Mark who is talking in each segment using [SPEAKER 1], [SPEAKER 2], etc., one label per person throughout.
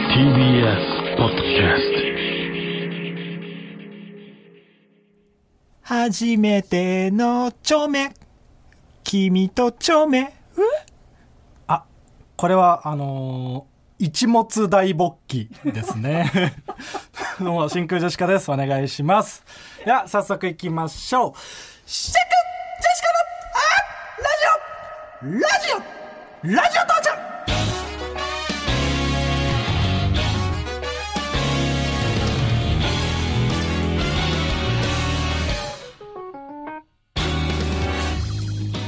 [SPEAKER 1] TBS ポッドキャス
[SPEAKER 2] 初めてのチョメ。君とチョメ。う
[SPEAKER 3] あ、これは、あのー一物大勃起です ね。どうも、真空ジェシカです。お願いします。では、早速行きましょう。真空ジェシカの、あラジオラジオラジオ父ちゃん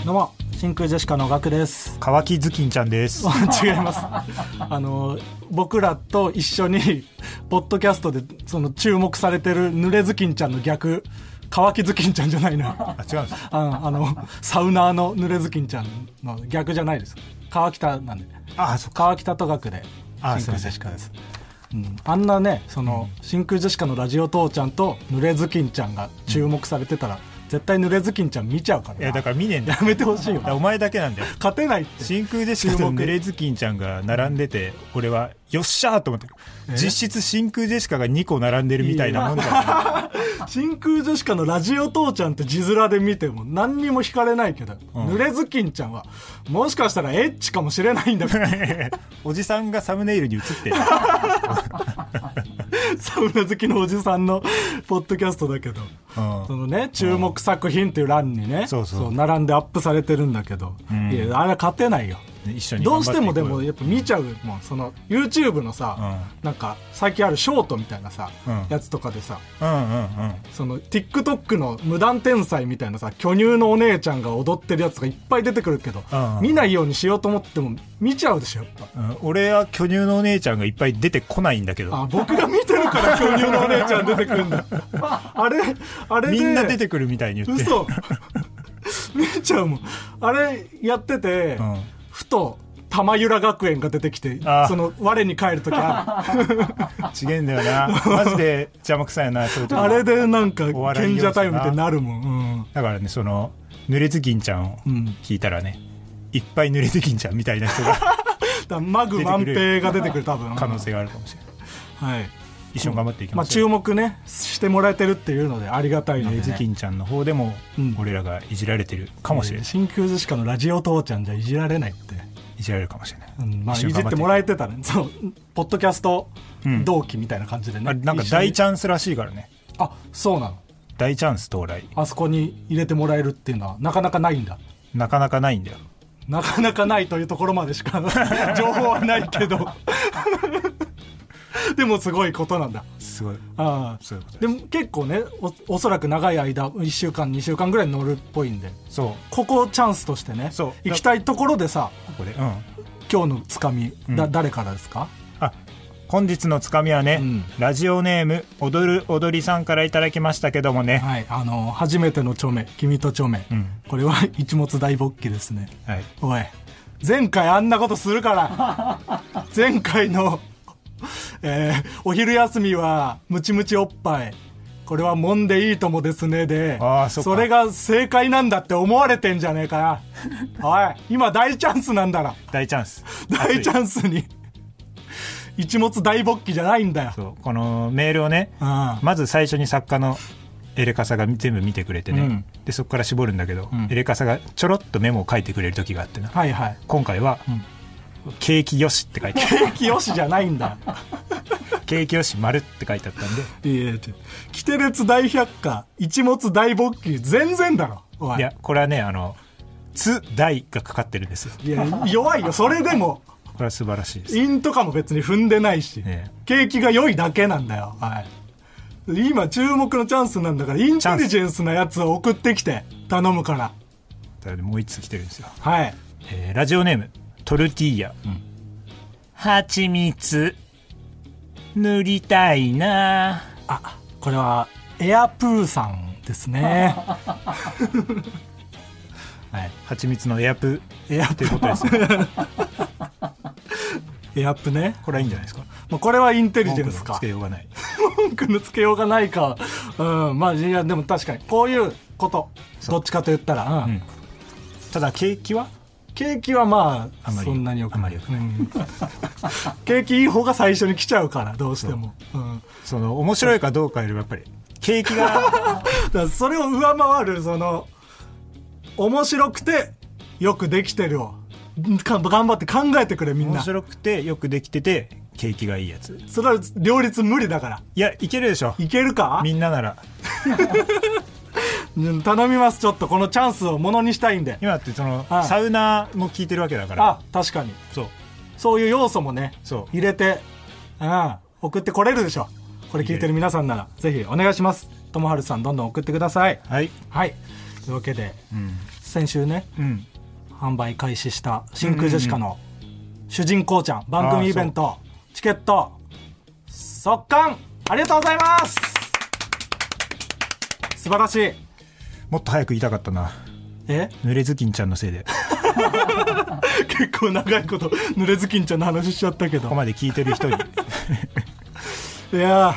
[SPEAKER 3] どうも、真空ジェシカのガク です。
[SPEAKER 2] 乾きずきんちゃん です。
[SPEAKER 3] 違います。あの、僕らと一緒に、ポッドキャストで、その、注目されてる、濡れずきんちゃんの逆、乾きずきんちゃんじゃないな。
[SPEAKER 2] あ、違うんです。
[SPEAKER 3] あの、あのサウナーの濡れずきんちゃんの逆じゃないです。川北なんで。
[SPEAKER 2] あ、そっか。
[SPEAKER 3] 川北と学で、
[SPEAKER 2] あ
[SPEAKER 3] 真空ジェシカです。うん、あんなね、その、真空ジェシカのラジオ父ちゃんと、濡れずきんちゃんが注目されてたら、絶対濡れずきんちゃん見ちゃうから
[SPEAKER 4] い
[SPEAKER 3] な。
[SPEAKER 4] やだから見ねえんだよ
[SPEAKER 3] やめてほしいよ
[SPEAKER 4] だか。らお前だけなんだよ
[SPEAKER 3] 勝てないって。
[SPEAKER 4] 真空ジェシカと濡れずきんちゃんが並ん でて俺はよっしゃーと思ってる実質真空ジェシカが2個並んでるみたいなもんだから
[SPEAKER 3] 真空ジェシカのラジオ父ちゃんって字面で見ても何にも惹かれないけど、濡れずきんちゃんは、もしかしたらエッチかもしれないんだけど、
[SPEAKER 4] おじさんがサムネイルに映ってる
[SPEAKER 3] サウナ好きのおじさんのポッドキャストだけど、
[SPEAKER 4] うん
[SPEAKER 3] そのね、注目作品っていう欄にね、
[SPEAKER 4] そうそう
[SPEAKER 3] 並んでアップされてるんだけど、いや、あれは勝てないよ。
[SPEAKER 4] 一緒に
[SPEAKER 3] どう
[SPEAKER 4] 頑
[SPEAKER 3] し
[SPEAKER 4] 張って
[SPEAKER 3] もで
[SPEAKER 4] いこよ
[SPEAKER 3] もやっぱ見ちゃうもんその YouTube のさ、なんか最近あるショートみたいなさ、
[SPEAKER 4] うん
[SPEAKER 3] やつとかでさ
[SPEAKER 4] うんうんうん
[SPEAKER 3] その TikTok の無断天才みたいなさ巨乳のお姉ちゃんが踊ってるやつがいっぱい出てくるけど、
[SPEAKER 4] うん
[SPEAKER 3] 見ないようにしようと思っても見ちゃうでしょやっぱ
[SPEAKER 4] うん俺は巨乳のお姉ちゃんがいっぱい出てこないんだけど
[SPEAKER 3] あ僕が見てるから巨乳のお姉ちゃん出てくるん だあれあれで
[SPEAKER 4] みんな出てくるみたいに言って
[SPEAKER 3] 嘘見ちゃうもんあれやってて、
[SPEAKER 4] うん
[SPEAKER 3] ふと玉浦学園が出てきて
[SPEAKER 4] あ
[SPEAKER 3] その我に返る時あ
[SPEAKER 4] ちげえんだよなマジで邪魔くさいなそういう時
[SPEAKER 3] るあれでなんか
[SPEAKER 4] お笑い
[SPEAKER 3] 賢
[SPEAKER 4] 要素
[SPEAKER 3] 者
[SPEAKER 4] だな
[SPEAKER 3] タイムってなるもん、
[SPEAKER 4] だからねその濡れずきんちゃんを聞いたらね、いっぱい濡れずきんちゃんみたいな人が
[SPEAKER 3] うん、だからマグ万平が出てくる多分
[SPEAKER 4] 可能性があるかもしれない
[SPEAKER 3] はい
[SPEAKER 4] 一緒に頑張っていき
[SPEAKER 3] ま
[SPEAKER 4] ま
[SPEAKER 3] あ、
[SPEAKER 4] しょ
[SPEAKER 3] 注目
[SPEAKER 4] う、
[SPEAKER 3] ねしてもらえてるっていうのでありがたいね
[SPEAKER 4] ねずきんちゃんの方でも
[SPEAKER 3] うん
[SPEAKER 4] 俺らがいじられてるかもしれない、
[SPEAKER 3] 新旧ジェシカのラジオ父ちゃんじゃいじられないって、
[SPEAKER 4] いじられるかもしれない、
[SPEAKER 3] うんまあ、い
[SPEAKER 4] 一
[SPEAKER 3] じ
[SPEAKER 4] 緒に頑張
[SPEAKER 3] ってもらえてたらねそうポッドキャスト
[SPEAKER 4] ん
[SPEAKER 3] 同期みたいな感じでね、
[SPEAKER 4] あれなんか
[SPEAKER 3] 一緒に
[SPEAKER 4] 大チャンスらしいからね
[SPEAKER 3] あそうなの
[SPEAKER 4] 大チャンス到来
[SPEAKER 3] あそこに入れてもらえるっていうのはなかなかないんだ
[SPEAKER 4] なかなかないんだよ
[SPEAKER 3] なかなかないというところまでしか 情報はないけど でもすごいことなんだ
[SPEAKER 4] すごい
[SPEAKER 3] ああ
[SPEAKER 4] そういうこと
[SPEAKER 3] で
[SPEAKER 4] です
[SPEAKER 3] も結構ねおおそらく長い間1週間2週間ぐらい乗るっぽいんで
[SPEAKER 4] そ
[SPEAKER 3] ここをチャンスとしてね
[SPEAKER 4] そう
[SPEAKER 3] 行きたいところでさ
[SPEAKER 4] うここでうん
[SPEAKER 3] 今日のつかみ、だ誰からですか
[SPEAKER 4] あ本日のつかみはね、
[SPEAKER 3] うん
[SPEAKER 4] ラジオネーム踊る踊りさんからいただきましたけどもね、
[SPEAKER 3] はいあの初めての著名君と著名、
[SPEAKER 4] ん
[SPEAKER 3] これは 一物大勃起ですね
[SPEAKER 4] はい、
[SPEAKER 3] おい前回あんなことするから 前回の、 えーお昼休みはムチムチおっぱいこれはもんでいいともですねで
[SPEAKER 4] あーそっか
[SPEAKER 3] それが正解なんだって思われてんじゃねえか なおい今大チャンスなんだろ
[SPEAKER 4] 大チャンス
[SPEAKER 3] 大チャ
[SPEAKER 4] ス
[SPEAKER 3] ンスに一物大勃起じゃないんだよ
[SPEAKER 4] そうこのメールをね
[SPEAKER 3] うん
[SPEAKER 4] まず最初に作家のエレカサが全部見てくれてね、
[SPEAKER 3] うん
[SPEAKER 4] でそこから絞るんだけど、
[SPEAKER 3] ん
[SPEAKER 4] エレカサがちょろっとメモを書いてくれる時があってな、
[SPEAKER 3] はいはい
[SPEAKER 4] 今回は、ケーキよしって書いてある
[SPEAKER 3] 清しじゃないんだよ
[SPEAKER 4] ケーキよし丸って書いてあったんで
[SPEAKER 3] いやいやちょキテレツ大百科一物大勃起全然だろおい
[SPEAKER 4] いやこれはねあの「つ」「大」がかかってるんですよ
[SPEAKER 3] いや弱いよそれでも
[SPEAKER 4] これは素晴らしいです
[SPEAKER 3] ンとかも別に踏んでないし、
[SPEAKER 4] ね
[SPEAKER 3] 景気が良いだけなんだよはい今注目のチャンスなんだからインテリジェンスなやつを送ってきて頼むから
[SPEAKER 4] だからもう一つ来てるんですよ、
[SPEAKER 3] はい
[SPEAKER 4] えーラジオネームトルティーヤはちみつ塗りたいな
[SPEAKER 3] あこれはエアプーさんですねはい
[SPEAKER 4] はちみつのエアプ
[SPEAKER 3] エア
[SPEAKER 4] と
[SPEAKER 3] プ
[SPEAKER 4] いうことですよ
[SPEAKER 3] エアプね
[SPEAKER 4] これはいいんじゃないですか
[SPEAKER 3] もうこれはインテリジェンスか
[SPEAKER 4] 文句のつけようがない
[SPEAKER 3] 文句のつけようがないか、うん、まあいやでも確かにこういうことどっちかと言ったら、うん
[SPEAKER 4] ただケーキは
[SPEAKER 2] ケーキはまあ
[SPEAKER 4] あまり
[SPEAKER 2] そんなに良く
[SPEAKER 4] あ
[SPEAKER 2] な
[SPEAKER 4] ま
[SPEAKER 2] い
[SPEAKER 4] り良く
[SPEAKER 2] うんケーキいい方が最初に来ちゃうからどうしてもそ,、うん、
[SPEAKER 4] その面白いかどうかよりもやっぱり景気 が
[SPEAKER 2] だからそれを上回るその面白くてよくできてるをか頑張って考えてくれみん
[SPEAKER 4] 面
[SPEAKER 2] な
[SPEAKER 4] 白くてよくできてて景気がいいやつ
[SPEAKER 2] それは両立無理だから
[SPEAKER 4] いやいけるでしょ
[SPEAKER 2] いけるか
[SPEAKER 4] みんななら
[SPEAKER 2] うん 頼みますちょっとこのチャンスをものにしたいんで
[SPEAKER 4] 今ってその
[SPEAKER 2] ああ
[SPEAKER 4] サウナも聞いてるわけだから
[SPEAKER 2] あ確かに
[SPEAKER 4] そう
[SPEAKER 2] そういう要素もね
[SPEAKER 4] そう
[SPEAKER 2] 入れて、うん、送ってこれるでしょこれ聞いてる皆さんならぜひお願いしますともはるさんどんどん送ってください
[SPEAKER 4] はい
[SPEAKER 2] はいというわけで
[SPEAKER 4] うん、
[SPEAKER 2] 先週ね
[SPEAKER 4] うん、
[SPEAKER 2] 販売開始した真空ジェシカの主人公ちゃん番組イベントチケット速完ありがとうございます素晴らしい
[SPEAKER 4] もっと早く言いたかったな
[SPEAKER 2] え
[SPEAKER 4] 濡れずきんちゃんのせいで
[SPEAKER 2] 結構長いこと濡れずきんちゃんの話しちゃったけど
[SPEAKER 4] ここまで聞いてる人に
[SPEAKER 2] いや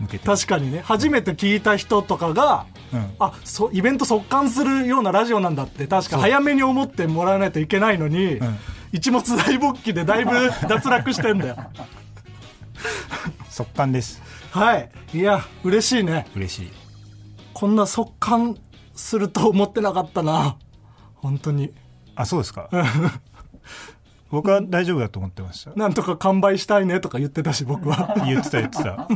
[SPEAKER 4] 向けて
[SPEAKER 2] ー 確かにね初めて聞いた人とかが、
[SPEAKER 4] うん
[SPEAKER 2] あそイベント即完するようなラジオなんだって確か早めに思ってもらわないといけないのに、
[SPEAKER 4] ん
[SPEAKER 2] 一物大勃起でだ いぶ脱落してんだよ
[SPEAKER 4] 速乾です
[SPEAKER 2] はいいや嬉しいね
[SPEAKER 4] 嬉しい
[SPEAKER 2] こんな即完すると思ってなかったな本当に
[SPEAKER 4] あそうですか僕は大丈夫だと思ってました
[SPEAKER 2] なんとか完売したいねとか言ってたし僕は
[SPEAKER 4] 言ってた言ってた、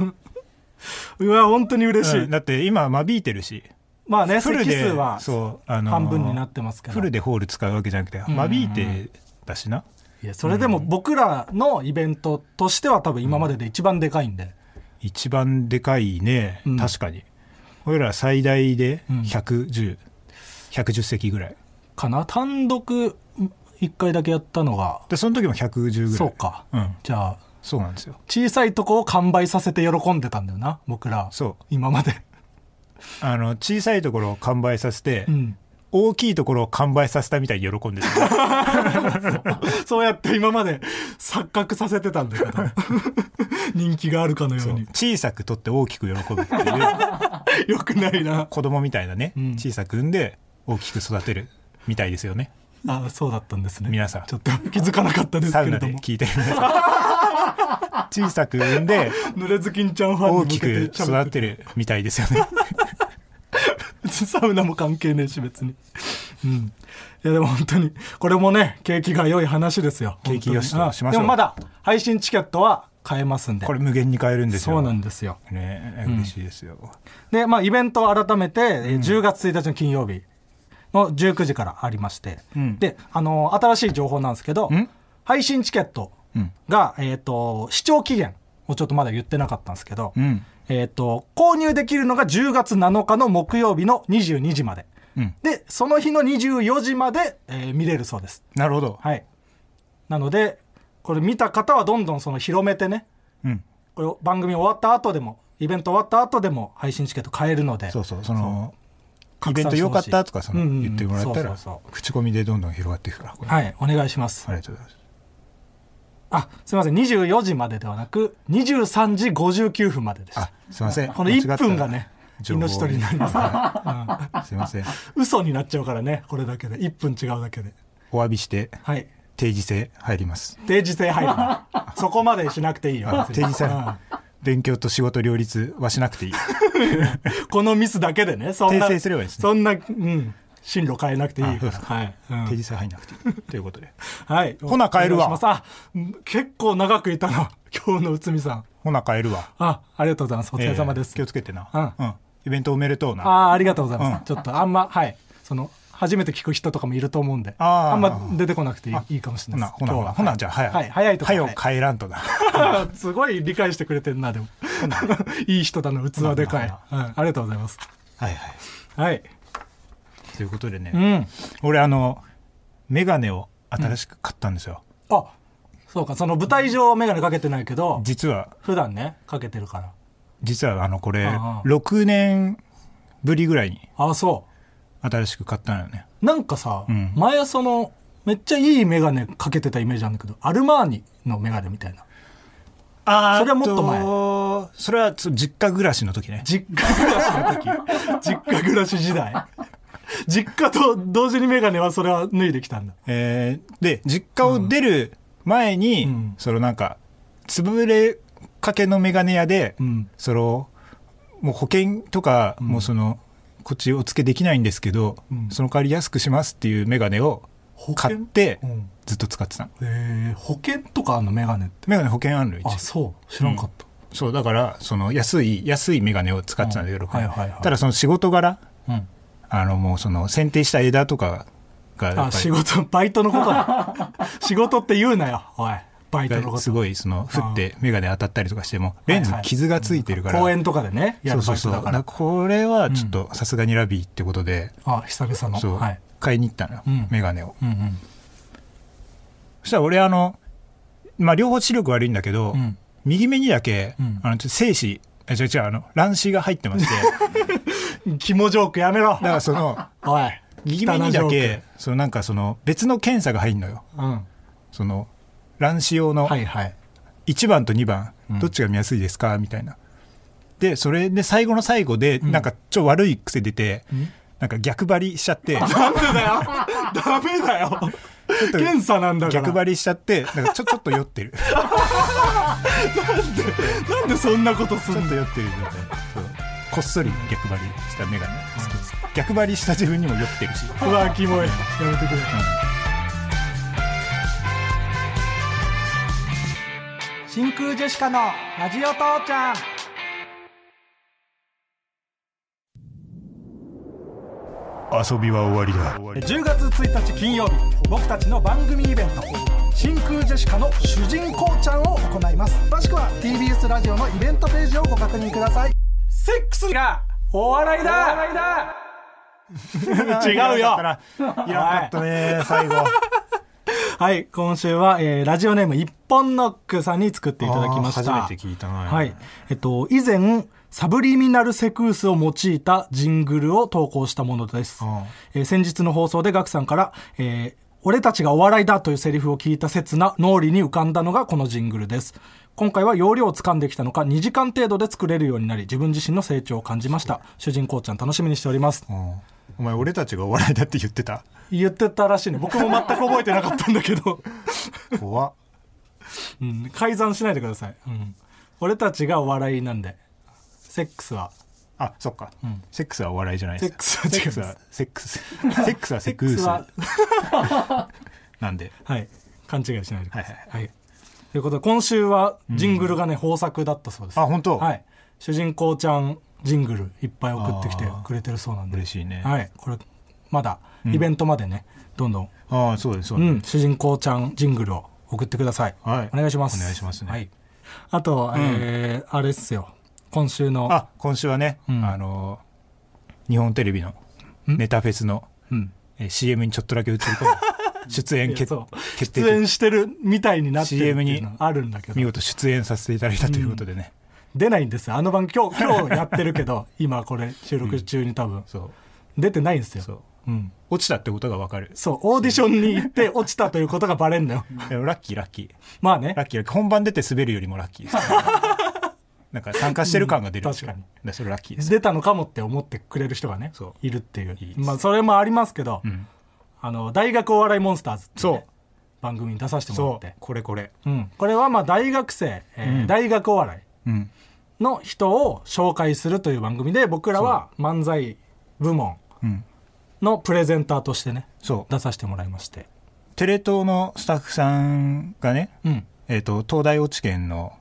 [SPEAKER 2] うわ本当に嬉しい、
[SPEAKER 4] うんだって今間引いてるし
[SPEAKER 2] まあね
[SPEAKER 4] フ
[SPEAKER 2] 席
[SPEAKER 4] ルで
[SPEAKER 2] 数は
[SPEAKER 4] そう、あのー
[SPEAKER 2] 半分になってますけど
[SPEAKER 4] フルでホール使うわけじゃなくて間引いてだしな、
[SPEAKER 2] いやそれでも僕らのイベントとしては多分今までで一番でかいんで、
[SPEAKER 4] 一番でかいね、
[SPEAKER 2] うん
[SPEAKER 4] 確かに俺ら最大で
[SPEAKER 2] うん
[SPEAKER 4] 110110、110席ぐらい
[SPEAKER 2] かな単独1回だけやったのが
[SPEAKER 4] でその時も110ぐらい
[SPEAKER 2] そうか
[SPEAKER 4] うん
[SPEAKER 2] じゃあ
[SPEAKER 4] そうなんですよ
[SPEAKER 2] 小さいとこを完売させて喜んでたんだよな僕ら
[SPEAKER 4] そう
[SPEAKER 2] 今まで、
[SPEAKER 4] あの小さいところを完売させて、
[SPEAKER 2] うん、
[SPEAKER 4] 大きいところを完売させたみたいに喜んでた
[SPEAKER 2] そうやって今まで錯覚させてたんだ けど人気があるかのよ
[SPEAKER 4] そうう
[SPEAKER 2] に
[SPEAKER 4] 小さく取って大きく喜ぶっていう
[SPEAKER 2] よくないな
[SPEAKER 4] 子供みたいなね、
[SPEAKER 2] うん
[SPEAKER 4] 小さく産んで大きく育てるみたいですよね
[SPEAKER 2] あそうだったんですね
[SPEAKER 4] 皆さん
[SPEAKER 2] ちょっと気づかなかったです
[SPEAKER 4] サ
[SPEAKER 2] け
[SPEAKER 4] ウナ
[SPEAKER 2] れ
[SPEAKER 4] で
[SPEAKER 2] ども
[SPEAKER 4] 聞いてる皆さん小さく産 んで
[SPEAKER 2] 濡れずきんちゃんファンに
[SPEAKER 4] 大
[SPEAKER 2] 向
[SPEAKER 4] き
[SPEAKER 2] け
[SPEAKER 4] く
[SPEAKER 2] て喋
[SPEAKER 4] 育てるみたいですよね
[SPEAKER 2] サウナも関係ねえし別に。うん、いやでも本当にこれもね景気が良い話ですよ
[SPEAKER 4] 景気良しと
[SPEAKER 2] 本当に
[SPEAKER 4] しましょう
[SPEAKER 2] でもまだ配信チケットは買えますんで
[SPEAKER 4] これ無限に買えるんですよ
[SPEAKER 2] そうなんですよ
[SPEAKER 4] ね嬉しいですよ、
[SPEAKER 2] でまあイベントを改めて、えー10月1日の金曜日の19時からありまして、
[SPEAKER 4] うん
[SPEAKER 2] であのー新しい情報なんですけど
[SPEAKER 4] ん
[SPEAKER 2] 配信チケット
[SPEAKER 4] うん
[SPEAKER 2] が、えー、と視聴期限をちょっとまだ言ってなかったんですけど、
[SPEAKER 4] うん
[SPEAKER 2] えー、と購入できるのが10月7日の木曜日の22時まで、
[SPEAKER 4] うん
[SPEAKER 2] でその日の24時まで、えー見れるそうです
[SPEAKER 4] なるほど、
[SPEAKER 2] はいなのでこれ見た方はどんどんその広めてね
[SPEAKER 4] うん、
[SPEAKER 2] これを番組終わった後でもイベント終わった後でも配信チケット買えるので
[SPEAKER 4] そうそうそのイ
[SPEAKER 2] 拡
[SPEAKER 4] ベン
[SPEAKER 2] 散
[SPEAKER 4] ト
[SPEAKER 2] して
[SPEAKER 4] 良か
[SPEAKER 2] ほ
[SPEAKER 4] っ
[SPEAKER 2] しい
[SPEAKER 4] たとかその、
[SPEAKER 2] うんうん
[SPEAKER 4] 言ってもらったら
[SPEAKER 2] そうそうそう
[SPEAKER 4] 口コミでどんどん広がっていくからこれ
[SPEAKER 2] はいお願いします
[SPEAKER 4] ありがとうございます
[SPEAKER 2] あすいません24時までではなく23時59分までです
[SPEAKER 4] あすいません
[SPEAKER 2] この
[SPEAKER 4] 間違った
[SPEAKER 2] 1分がね
[SPEAKER 4] 情報を
[SPEAKER 2] 命取りになりますから
[SPEAKER 4] すいません
[SPEAKER 2] 嘘になっちゃうからねこれだけで1分違うだけで
[SPEAKER 4] お詫びして
[SPEAKER 2] はい
[SPEAKER 4] 定時制入ります
[SPEAKER 2] 定時制入るな そこまでしなくていいよ
[SPEAKER 4] あ定時制
[SPEAKER 2] うん
[SPEAKER 4] 勉強と仕事両立はしなくていい
[SPEAKER 2] このミスだけでねそんな
[SPEAKER 4] 訂正すればいいですね
[SPEAKER 2] そんな、うん、進路変えなくていいから
[SPEAKER 4] あそうです
[SPEAKER 2] はい、うん
[SPEAKER 4] 定時制入んなくていいということで
[SPEAKER 2] はい
[SPEAKER 4] ほな帰るわ
[SPEAKER 2] お願いしますあ結構長くいたな今日の内海さん
[SPEAKER 4] ほな帰るわ
[SPEAKER 2] あありがとうございますお
[SPEAKER 4] お
[SPEAKER 2] 疲れ様です、
[SPEAKER 4] 気をつけてな
[SPEAKER 2] うん
[SPEAKER 4] うんイベントおめでとうな
[SPEAKER 2] ああありがとうございます、
[SPEAKER 4] うん
[SPEAKER 2] ちょっとあんまはいその初めて聞く人とかもいると思うんで
[SPEAKER 4] あ
[SPEAKER 2] あ
[SPEAKER 4] ー
[SPEAKER 2] んま出てこなくていい
[SPEAKER 4] あ
[SPEAKER 2] いいかもしれ
[SPEAKER 4] ほ
[SPEAKER 2] な
[SPEAKER 4] ない
[SPEAKER 2] です
[SPEAKER 4] ほなほなほなじゃあ早
[SPEAKER 2] はい早いとこ
[SPEAKER 4] 早く帰ら んとな
[SPEAKER 2] はいすごい理解してくれてんなでもいい人だな器でかい、うん、ありがとうございます
[SPEAKER 4] はいはい
[SPEAKER 2] はい
[SPEAKER 4] ということで
[SPEAKER 2] う
[SPEAKER 4] ね
[SPEAKER 2] ん
[SPEAKER 4] 俺あの眼鏡を新しく買ったんですよ
[SPEAKER 2] あそうかその舞台上は眼鏡かけてないけど
[SPEAKER 4] 実は
[SPEAKER 2] 普段ねかけてるから
[SPEAKER 4] 実はあのこれ
[SPEAKER 2] ああ
[SPEAKER 4] 6年ぶりぐらいに
[SPEAKER 2] あそ
[SPEAKER 4] 新しく買ったのよね
[SPEAKER 2] うなんかさ、
[SPEAKER 4] うん
[SPEAKER 2] 前そのめっちゃいい眼鏡かけてたイメージあるんだけどアルマーニの眼鏡みたいな
[SPEAKER 4] あ
[SPEAKER 2] それはもっと前
[SPEAKER 4] 前それはそう実家暮らしの時ね
[SPEAKER 2] 実家暮らしの時実家暮らし時代
[SPEAKER 3] 実家と同時にメガネはそれは脱いできたんだ。
[SPEAKER 4] えーで実家を出る前に、
[SPEAKER 3] うん
[SPEAKER 4] そのなんか潰れかけの眼鏡屋で、
[SPEAKER 3] うん。
[SPEAKER 4] そのもう保険とか、
[SPEAKER 3] ん
[SPEAKER 4] もうそのこっちお付けできないんですけど、
[SPEAKER 3] うん
[SPEAKER 4] その代わり安くしますっていう眼鏡を
[SPEAKER 3] 保
[SPEAKER 4] 買
[SPEAKER 3] 険
[SPEAKER 4] って
[SPEAKER 3] うん
[SPEAKER 4] ずっと使ってたの
[SPEAKER 3] えー保険とかあんのメガネって。
[SPEAKER 4] 眼鏡保険あるの一応
[SPEAKER 3] あ、そう。知らんかった。
[SPEAKER 4] そうだからその安い安い眼鏡を使ってたんだけど、
[SPEAKER 3] うんはいはいはい
[SPEAKER 4] ただその仕事柄
[SPEAKER 3] うん。
[SPEAKER 4] あのもうその剪定した枝とかがやっぱ
[SPEAKER 3] あ、
[SPEAKER 4] り
[SPEAKER 3] 仕事、バイトのこと だ。仕事って言うなよ。おい。バイトのこと。
[SPEAKER 4] すごいその振って眼鏡当たったりとかしてもレンズ
[SPEAKER 3] はいはい
[SPEAKER 4] 傷がついてるから、
[SPEAKER 3] 公園とかでね、や
[SPEAKER 4] そ
[SPEAKER 3] るバ
[SPEAKER 4] うそう
[SPEAKER 3] イト
[SPEAKER 4] そう
[SPEAKER 3] だ
[SPEAKER 4] だ
[SPEAKER 3] か
[SPEAKER 4] からら。これはちょっとさすがにラビーってことで、
[SPEAKER 3] あ、久々の。
[SPEAKER 4] そう、
[SPEAKER 3] はい。
[SPEAKER 4] 買いに行ったのよ、
[SPEAKER 3] うん
[SPEAKER 4] 眼鏡を
[SPEAKER 3] うんうん。
[SPEAKER 4] そしたら俺あのまあ両方視力悪いんだけど、
[SPEAKER 3] うん
[SPEAKER 4] 右目にだけ、
[SPEAKER 3] うん
[SPEAKER 4] あのちょっと精子あ違う違うあの卵子が入っ てましてだ
[SPEAKER 3] 肝ジョークやめろ。
[SPEAKER 4] からその
[SPEAKER 3] おい。
[SPEAKER 4] 右目にだ
[SPEAKER 3] 汚いジョー
[SPEAKER 4] け
[SPEAKER 3] ク。
[SPEAKER 4] そのなんかその別の検査が入るのよ
[SPEAKER 3] うん。
[SPEAKER 4] その卵子用の
[SPEAKER 3] はいはい。
[SPEAKER 4] 1番と2番、
[SPEAKER 3] うん
[SPEAKER 4] どっちが見やすいですかみたいなでそれで最後の最後でなんかちょっと悪い癖出て、なんか逆張りしちゃって
[SPEAKER 3] なんでだよ。ダメだよ。 検査なんだから。
[SPEAKER 4] 逆張りしちゃってなんかちょちょっと酔ってるち
[SPEAKER 3] なんで そんなことす
[SPEAKER 4] ょ
[SPEAKER 3] ん
[SPEAKER 4] っ
[SPEAKER 3] の
[SPEAKER 4] と酔ってる状態そうこっそり逆張りした眼鏡逆張りした自分にも酔ってるし
[SPEAKER 3] うわキモいやめてくれ真空ジェシカのラジオ父ちゃん
[SPEAKER 4] 遊びは終わりだ
[SPEAKER 3] 10月1日金曜日僕たちの番組イベント真空ジェシカの主人公ちゃんを行います詳しくは TBS ラジオのイベントページをご確認くださいセックスがお笑いだ違うよ
[SPEAKER 4] いらなかったないらなかったね最後
[SPEAKER 3] はい今週は、えーラジオネーム一本ノックさんに作っていただきました
[SPEAKER 4] あー初めて聞いたな
[SPEAKER 3] はい。えっと、以前、サブリミナルセクースを用いたジングルを投稿したものです。
[SPEAKER 4] ん
[SPEAKER 3] えー先日の放送でガクさんから、えー俺たちがお笑いだというセリフを聞いた刹那、脳裏に浮かんだのがこのジングルです。今回は容量を掴んできたのか、2時間程度で作れるようになり、自分自身の成長を感じました。主人公ちゃん楽しみにしております。
[SPEAKER 4] うんお前俺たちがお笑いだって言ってた
[SPEAKER 3] 言ってたらしいね。僕も全く覚えてなかったんだけど。
[SPEAKER 4] 怖っ
[SPEAKER 3] うん、改ざんしないでください、うん、俺たちがお笑いなんでセックスは
[SPEAKER 4] あそっか、セックスはお笑いじゃないです
[SPEAKER 3] セックスは違い
[SPEAKER 4] セックスはセッ クスセックスはセクー
[SPEAKER 3] セッ
[SPEAKER 4] ス
[SPEAKER 3] クスは
[SPEAKER 4] なんで
[SPEAKER 3] はい勘違いしないでください、
[SPEAKER 4] はい
[SPEAKER 3] ということで今週はジングルがね、豊作だったそうです
[SPEAKER 4] あ本当
[SPEAKER 3] はい主人公ちゃんジングルいっぱい送ってきてくれてるそうなんで
[SPEAKER 4] 嬉しいね
[SPEAKER 3] はい、これまだイベントまでね、どんどん、
[SPEAKER 4] ああそうですそう
[SPEAKER 3] う
[SPEAKER 4] です、
[SPEAKER 3] ん、主人公ちゃんジングルを送ってください、
[SPEAKER 4] はい
[SPEAKER 3] お願いします
[SPEAKER 4] お願いしますね
[SPEAKER 3] はい、あと、えーあれっすよ今週の
[SPEAKER 4] あ今週はね、
[SPEAKER 3] ん
[SPEAKER 4] あのー日本テレビのネタフェスの、
[SPEAKER 3] うん
[SPEAKER 4] えー CM にちょっとだけ映り 込む出演
[SPEAKER 3] いや
[SPEAKER 4] 決
[SPEAKER 3] そう
[SPEAKER 4] 決定
[SPEAKER 3] 出演してるみたいになってるっていう
[SPEAKER 4] CM
[SPEAKER 3] の
[SPEAKER 4] に
[SPEAKER 3] あるんだけ
[SPEAKER 4] 見
[SPEAKER 3] ど
[SPEAKER 4] 事出演させていただいたということでね、
[SPEAKER 3] 出ないんですよあの番今日今日やってるけど 今これ収録中に多分
[SPEAKER 4] そう
[SPEAKER 3] 出てないんですよ
[SPEAKER 4] そう
[SPEAKER 3] うん
[SPEAKER 4] 落ちたってことが分かる
[SPEAKER 3] そうオーディションに行って落ちたということがバレんのよ
[SPEAKER 4] でもラッキーラッキー
[SPEAKER 3] まあね
[SPEAKER 4] ラッキーラッキー本番出て滑るよりもラッキーです、ね、 なんか参加してる感が出るでしょ
[SPEAKER 3] うん確か
[SPEAKER 4] でそれラッキーです
[SPEAKER 3] 出たのかもって思ってくれる人がね
[SPEAKER 4] そう
[SPEAKER 3] いるっていう
[SPEAKER 4] いいです
[SPEAKER 3] まあそれもありますけど、
[SPEAKER 4] ん
[SPEAKER 3] あの大学お笑いモンスターズっていうね、
[SPEAKER 4] そう
[SPEAKER 3] 番組に出させてもらっ
[SPEAKER 4] そ
[SPEAKER 3] て
[SPEAKER 4] うこれこれ
[SPEAKER 3] う、ん、これはまあ大学生、えー大学お笑い
[SPEAKER 4] うん
[SPEAKER 3] の人を紹介するという番組で僕らは漫才部門
[SPEAKER 4] うん
[SPEAKER 3] のプレゼンターとしてね
[SPEAKER 4] そう
[SPEAKER 3] 出させてもらいまして
[SPEAKER 4] テレ東のスタッフさんがね、
[SPEAKER 3] うん
[SPEAKER 4] えっと東大落ち研の